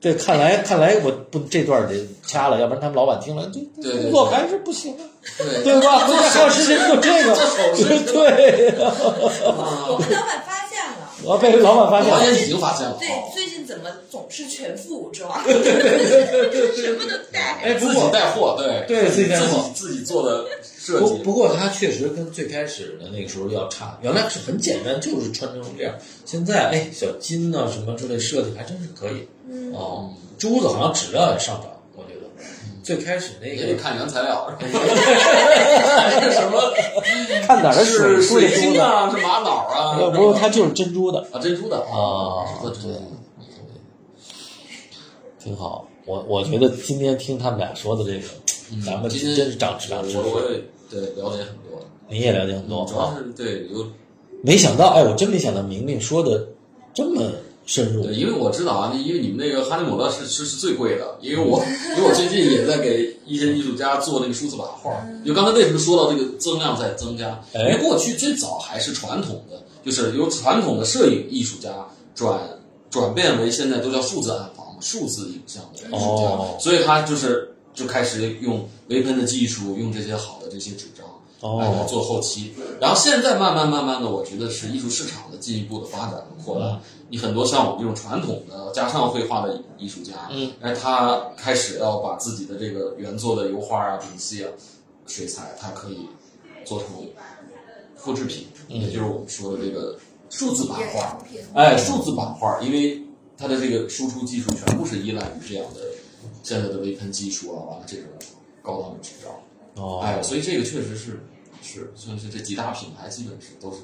S1: 这
S2: 看来
S1: 这看来看来我不这段儿得掐了，要不然他们老板听了这这
S2: 对对
S1: 工作还是不行啊，
S2: 对
S1: 对吧？回家还有时间做这个，
S2: 做首饰
S1: 对，
S2: 哦
S4: 我们老板发现了，
S1: 我被老板发现
S2: 好
S1: 了。
S2: 像啊已经发现了，啊
S4: 对，最近怎么总是全副武 装，什么都带。
S1: 哎，不
S2: 自己
S1: 过
S2: 带货，对
S1: 对自己带货
S2: 自己做的设
S1: 不
S2: 计，
S1: 不过他确实跟最开始的那个时候要差，原来是很简单，就是穿成这样。现在哎，小金呐、啊什么之类设计还真是可以、哦，珠子好像质量也上涨，我觉得最开始那
S2: 也得
S1: 个
S2: 看原 材料，是吧什么
S5: 看哪儿的水
S2: 是
S5: 出来
S2: 水
S5: 珠
S2: 晶
S5: 子？
S2: 啊，是玛瑙啊，
S5: 呃，
S2: 是吧
S5: 不是，它就是珍珠的。
S2: 啊，珍珠的
S1: 啊
S2: 是做珍珠的。
S1: 挺好。我我觉得今天听他们俩说的这个，咱们
S2: 今天
S1: 真是长长知识
S2: 我我也对了解很多，
S1: 你也了解很多
S2: 主
S1: 啊
S2: 要。是对有
S1: 没想到，哎，我真没想到明明说的这么深入
S2: 对，。因为我知道啊，因为你们那个哈尼姆勒是是是最贵的，因为我因为我最近也在给一些艺术家做那个数字版画儿。就刚才为什么说到这个增量在增加？因
S1: 哎
S2: 为过去最早还是传统的，就是由传统的摄影艺术家转转变为现在都叫数字暗房、数字影像的艺术家，
S1: 哦
S2: 所以他就是就开始用微喷的技术，用这些好的这些纸张。来
S1: 哦，
S2: 做后期。然后现在慢慢慢慢的，我觉得是艺术市场的进一步的发展和扩
S1: 嗯
S2: 大。你很多像我们这种传统的加上绘画的艺术家，
S1: 嗯，
S2: 哎，他开始要把自己的这个原作的油画啊、丙烯啊、水彩，它可以做成复制品，
S1: 嗯
S2: 也就是我们说的这个数字版
S3: 衍
S2: 画。
S3: 生品，
S2: 哎，数字版画，因为它的这个输出技术全部是依赖于这样的现在的微喷技术啊，完了这种高档的纸张。
S1: 哦
S2: 哎，所以这个确实是是，算是这几大品牌基本是都是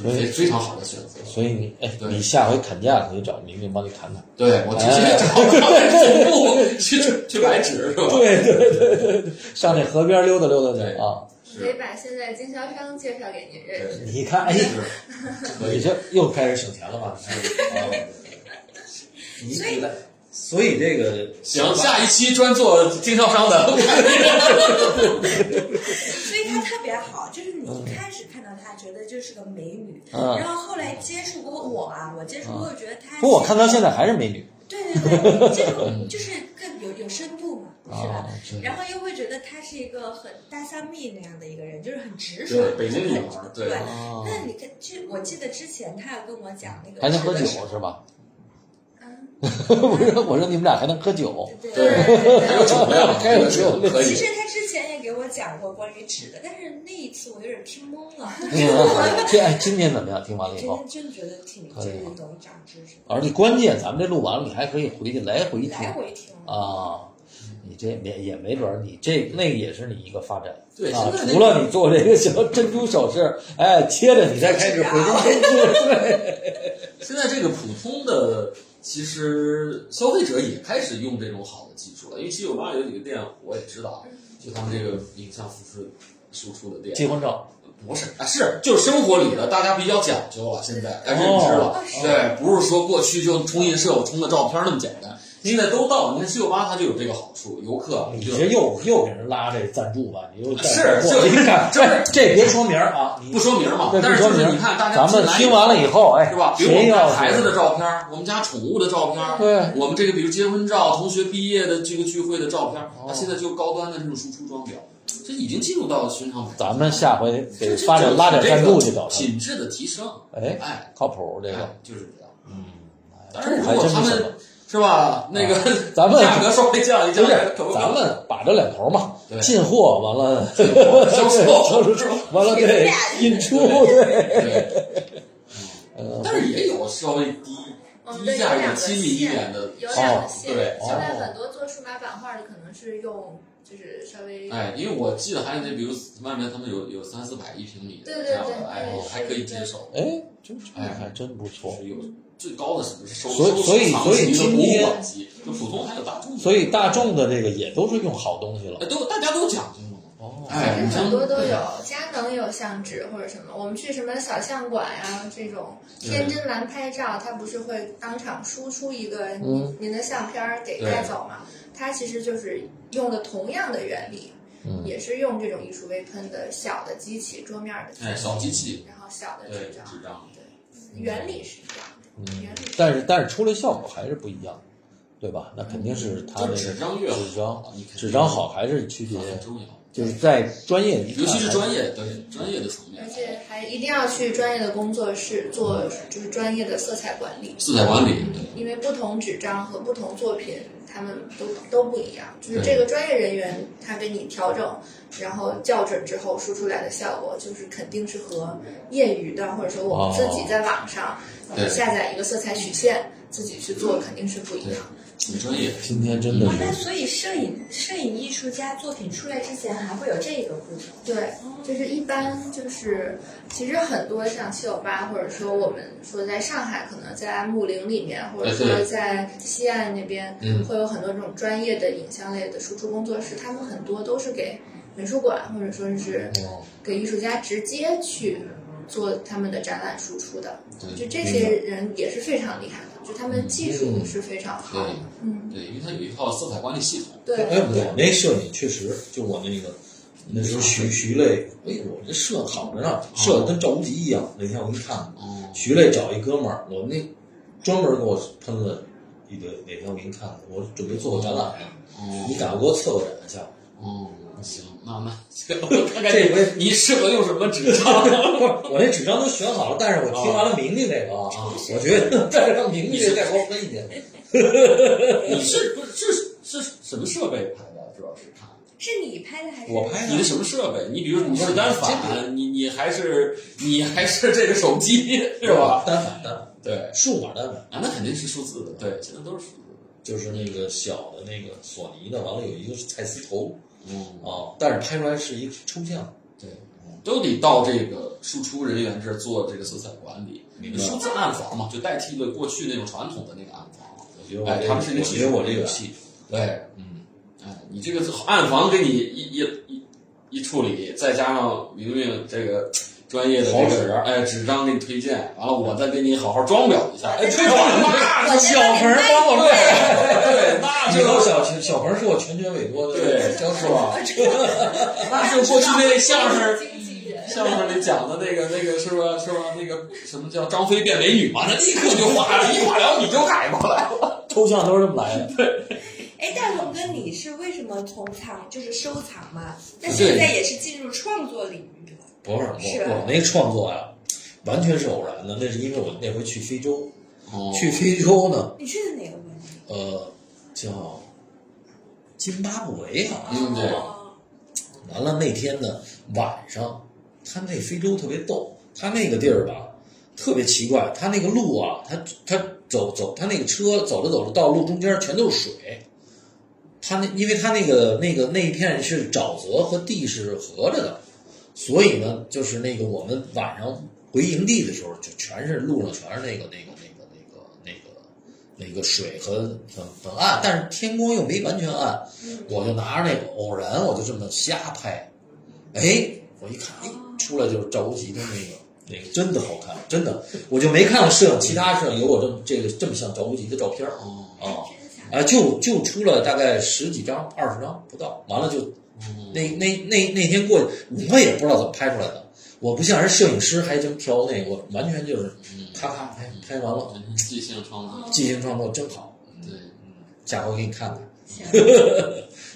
S1: 所以
S2: 非非常好的选择。
S1: 所以你哎，
S2: 对
S1: 你下回砍价可以找明明帮你砍砍。
S2: 对我直
S1: 哎
S2: 接找他们总部去去买纸是吧？
S1: 对对对对对，上那河边溜达溜达去
S2: 对
S1: 啊！
S3: 你得把现在经销商介绍给您认识。
S2: 对，
S1: 你看，哎，
S2: 是可
S1: 你
S2: 以。
S1: 这又开始省钱了吧？哦你
S4: 所以
S1: 你的 所以这个
S2: 行，下一期专做经销商的。
S4: 所以她特别好，就是你一开始看到她，觉得就是个美女，
S1: 嗯
S4: 然后后来接触过我啊，我接触过，觉得她，
S1: 不过我看到现在还是美女，
S4: 对对对，这种就是更有有深度嘛，是吧？
S1: 啊是
S4: 然后又会觉得她是一个很大三蜜那样的一个人，就是很直爽
S2: 对，。北京女孩儿，
S4: 对
S2: 对，
S1: 哦
S4: 那你看，就我记得之前她有跟我讲那个，
S1: 还能喝酒是吧？
S3: 嗯，
S1: 我说我说你们俩还能喝 酒，
S4: 对
S2: 对还有酒量，
S1: 还有酒量
S2: 可
S4: 其
S2: 以。
S4: 实他之前也给我讲过关于纸的，但是那一次我有点听懵了，
S1: 嗯，这哎，今年怎么样？听完了以后，
S4: 真真觉得挺
S1: 可
S4: 就
S1: 以
S4: 是能长知识，
S1: 而且关键咱们这录完了，你还可以回去来回听
S4: 来回听。哦
S1: 啊。你这也也没准儿，你这那个也是你一个发展
S2: 对
S1: 啊
S2: 现在。那个
S1: 除了你做这个什么珍珠首饰，哎，接着你再开始回顾珍珠。
S2: 现在这个普通的，其实消费者也开始用这种好的技术了，因为七九八有几个店我也知道，啊就他们这个影像复制输出的店，
S1: 结婚照，
S2: 不是啊，是就是生活里的，大家比较讲究了，现在该认知了。
S4: 哦
S2: 对，不是说过去就冲印社我冲个照片那么简单，现在都到。你看七九八它就有这个好处，游客
S1: 你
S2: 就
S1: 这又又给人拉这赞助吧？你又赞
S2: 是
S1: 助我
S2: 就是
S1: 一看，
S2: 就是
S1: 哎这别说名儿啊，你
S2: 不说名嘛，
S1: 对
S2: 但是
S1: 不
S2: 就
S1: 说
S2: 是
S1: 名
S2: 你看大家
S1: 咱们
S2: 进来
S1: 听完了以后，哎，
S2: 是吧？比如我
S1: 谁
S2: 们
S1: 要
S2: 家
S1: 是
S2: 孩子的照片儿，我们家宠物的照片儿，
S1: 对
S2: 我们这个比如结婚照、同学毕业的这个聚会的照片儿，它现在就高端的这种输出装裱，这已经进入到寻常买家。
S1: 咱们下回
S2: 这
S1: 得发展拉点赞助去找他
S2: 这个。品质的提升，
S1: 哎，
S2: 哎，
S1: 靠谱这个
S2: 哎，就是这样。
S1: 嗯，
S2: 哎当然，如
S1: 还
S2: 果
S1: 真
S2: 他
S1: 不什
S2: 们是吧，那个
S1: 啊 咱们
S2: 价格稍微降一降
S1: 不，是
S2: 可不，可
S1: 咱们把这两头嘛，
S2: 对
S1: 进货完 了，
S2: 销 售
S1: 销售完了对，引出对，
S2: 对，
S1: 呃
S2: 但是也有稍微低
S3: 我们这
S2: 低
S3: 嗯有
S2: 价一
S3: 两
S2: 点、
S3: 个
S2: 亲民一点
S3: 线，
S2: 的，
S3: 有两个
S2: 哦
S3: 线。
S2: 对
S3: 现在
S1: 哦
S3: 很多做数码版画的可能是用，就是稍微
S2: 哎，因为我记得还有那，比如外面他们有有三四百一平米的
S3: 对对
S2: 这样
S3: 对
S2: 的，哎，
S3: 对
S2: 我还可以接受。
S1: 哎，真这个还真不错。
S2: 是有最高的什么是收
S1: 所以
S2: 收
S1: 所以
S2: 藏
S1: 所以
S2: 级的
S1: 今
S2: 博物
S1: 天
S2: 馆级，就普通还有大众的，
S1: 所以大众的这个也都是用好东西了
S2: 哎。都大家都讲究嘛。
S1: 哦，
S2: 哎，
S3: 其
S2: 你
S3: 实
S2: 像
S3: 很多都有，佳能有相纸或者什么。我们去什么小相馆呀、这种天真蓝拍照，它不是会当场输出一个您、
S1: 嗯
S3: 您的相片儿给带走吗？它其实就是用的同样的原理，
S1: 嗯
S3: 也是用这种艺术微喷的小的机器、桌面的机器，
S2: 哎小机器，
S3: 然后小的
S2: 对
S3: 纸
S2: 纸
S3: 张，
S2: 张，
S3: 原理是一样的。
S1: 嗯
S3: 原理，
S1: 但是但是出来效果还是不一样，对吧？那肯定是它那
S2: 就
S1: 个
S2: 纸张越好啊
S1: 纸张
S2: 你肯定
S1: 纸张好还是区别，
S2: 很重要，
S1: 就是在专业，
S2: 尤其是专业对专业的层面
S3: 而，且还一定要去专业的工作室做，就是专业的色彩管理。
S2: 色彩管理对。
S3: 因为不同纸张和不同作品，他们都都不一样。就是
S2: 对
S3: 这个专业人员他给你调整，然后校准之后输出来的效果，就是肯定是和业余的，或者说我们自己在网上、呃
S2: 对
S3: 下载一个色彩曲线，自己去做肯定是不一样。
S2: 挺专业。
S5: 今天真的
S4: 哦，那
S5: 是
S4: 所以摄影摄影艺术家作品出来之前还会有这个步骤，
S3: 对，就是一般就是，其实很多像七九八，或者说我们说在上海，可能在木林里面，或者
S2: 哎
S3: 说
S2: 对
S3: 在西岸那边，
S2: 嗯
S3: 会有很多这种专业的影像类的输出工作室，他们很多都是给美术馆或者说是
S5: 哦，
S3: 给艺术家直接去做他们的展览输出的，
S2: 对
S3: 就这些人也是非常厉害的，就他们技术是非常好的
S2: 对，
S3: 嗯，
S2: 对，因为它有一套色彩管理系统。
S3: 对，
S5: 哎，我那摄影确实，就我那个那时候徐徐磊，哎，我这摄好着
S1: 啊
S5: 呢，摄的跟赵无极一样。那天我一看，
S2: 哦，
S5: 徐磊找一哥们儿，我那专门给我喷了一堆。哪天我给你看看，我准备做个展览呢，你
S2: 哦，
S5: 赶快给我策划展一下。
S2: 哦，行，那那 我看看
S5: 这回
S2: 你适合用什么纸张？
S5: 我那纸张都选好了，但是我听完了明明这个啊，我觉得，但是让明明这再给我喷一遍。
S2: 你是不是是是什么设备拍的？主要是看
S4: 是你拍的还是
S5: 我拍
S2: 你
S5: 的
S2: 的什么设备？你比如你是单反，你你还是你还是这个手机是吧？？
S5: 单反单反，
S2: 对，
S5: 数码单反。
S2: 啊，那肯定是数字的，对，现在都是数字的。
S5: 就是那个小的那个索尼的，完了有一个是蔡司头
S2: 嗯，
S5: 啊，但是拍出来是一个抽象。
S2: 对，都得到这个输出人员这儿做这个色彩管理。
S5: 明白
S2: 数字暗房嘛，就代替了过去那种传统的那个暗房。
S5: 我觉得我
S2: 哎，
S5: 这
S2: 他
S5: 个，
S2: 们是一个技术活
S5: 我觉得我
S2: 跃
S5: 这个戏，
S2: 对，
S5: 嗯，
S2: 哎，你这个暗房给你一一一一处理，再加上明明这个专业的这
S5: 好啊
S2: 个
S5: 使
S2: 哎纸张给你推荐，完了我再给你好好装裱一下。 哎，
S5: 对
S2: 推广那
S4: 我先帮你拍一
S5: 我
S4: 拍
S2: 对，那
S5: 你
S2: 就
S5: 说小陈小鹏是我全权委托
S2: 啊
S5: 的，
S2: 对
S5: 江是吧？
S2: 那就过去那相声
S3: 经纪人
S2: 相声里讲的那个那个是吧是吧那个什么叫张飞变美女嘛，那立刻就画了，一画了你就改过来了。
S7: 抽象都是这么来的。
S4: 哎，大鹏哥，你是为什么从藏就是收藏嘛？那现在也是进入创作领域了。
S5: 不是
S4: 是
S5: 我我那创作呀，完全是偶然的，那是因为我那回去非洲，
S2: 去
S5: 去非洲呢，
S4: 你去的哪个国家？
S5: 呃，叫津巴布韦啊，
S2: 嗯对
S4: 哦
S5: 完了那天呢晚上，他那非洲特别逗，他那个地儿吧特别奇怪，他那个路啊，他他走走，他那个车走着走着道路中间全都是水，他那因为他那个那个那一片是沼泽和地是合着的，所以呢就是那个我们晚上回营地的时候，就全是路上全是那个那个那个那个那个那个水和很很暗，但是天光又没完全暗，我就拿着那个偶然，我就这么瞎拍，哎，我一看，哎，出来就是赵无极的那个。那个真的好看，真的，我就没看过摄影，其他摄影有我这么这个这么像赵无极的照片儿
S2: 哦
S5: 啊，
S4: 真的假的？
S5: 啊，就就出了大概十几张、二十张不到，完了就那那那那天过去，我也不知道怎么拍出来的。我不像人摄影师还真挑那个，我完全就是咔咔拍拍完了，
S2: 嗯即兴创作，
S5: 即兴创作真好。
S2: 对，
S5: 下回给你看看，
S4: 行，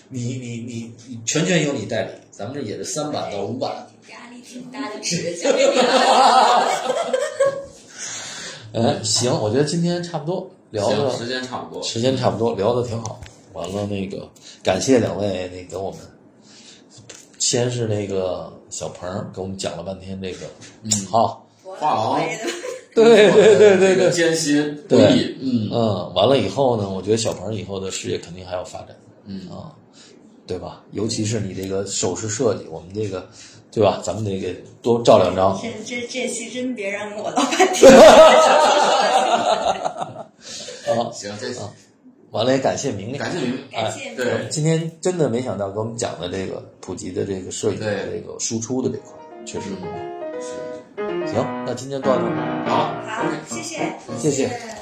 S5: 你你你你全权由你代理，咱们这也是三版到五版。
S4: 压力挺大的，指着交给你了。
S1: 哎
S5: 嗯，行，我觉得今天差不多聊
S2: 行，
S5: 的
S2: 时间差不多。
S5: 时间差不多，聊的挺好。完了，那个感谢两位，那给我们先是那个小鹏儿给我们讲了半天这个，嗯，好，
S2: 画廊
S4: 我也都
S5: 对对对对
S2: 这个
S5: 对，
S2: 艰辛不
S5: 对
S2: 易，嗯
S5: 嗯，完了以后呢，我觉得小鹏儿以后的事业肯定还要发展
S2: 嗯，
S5: 啊、对吧？尤其是你这个首饰设计，我们这个，对吧？咱们得给多照两张，
S4: 这这这期真别让我老板 听。
S5: 哎
S2: 嗯行，这
S5: 完了也感谢明丽，
S2: 感谢您，
S4: 感谢
S2: 对
S4: 你，
S5: 今天真的没想到给我们讲的这个普及的这个摄影的这
S2: 对
S5: 个输出的这块，确实
S2: 嗯是
S5: 行。那今天到这儿，
S2: 好。
S4: 好，谢谢。
S5: 谢谢。
S3: 对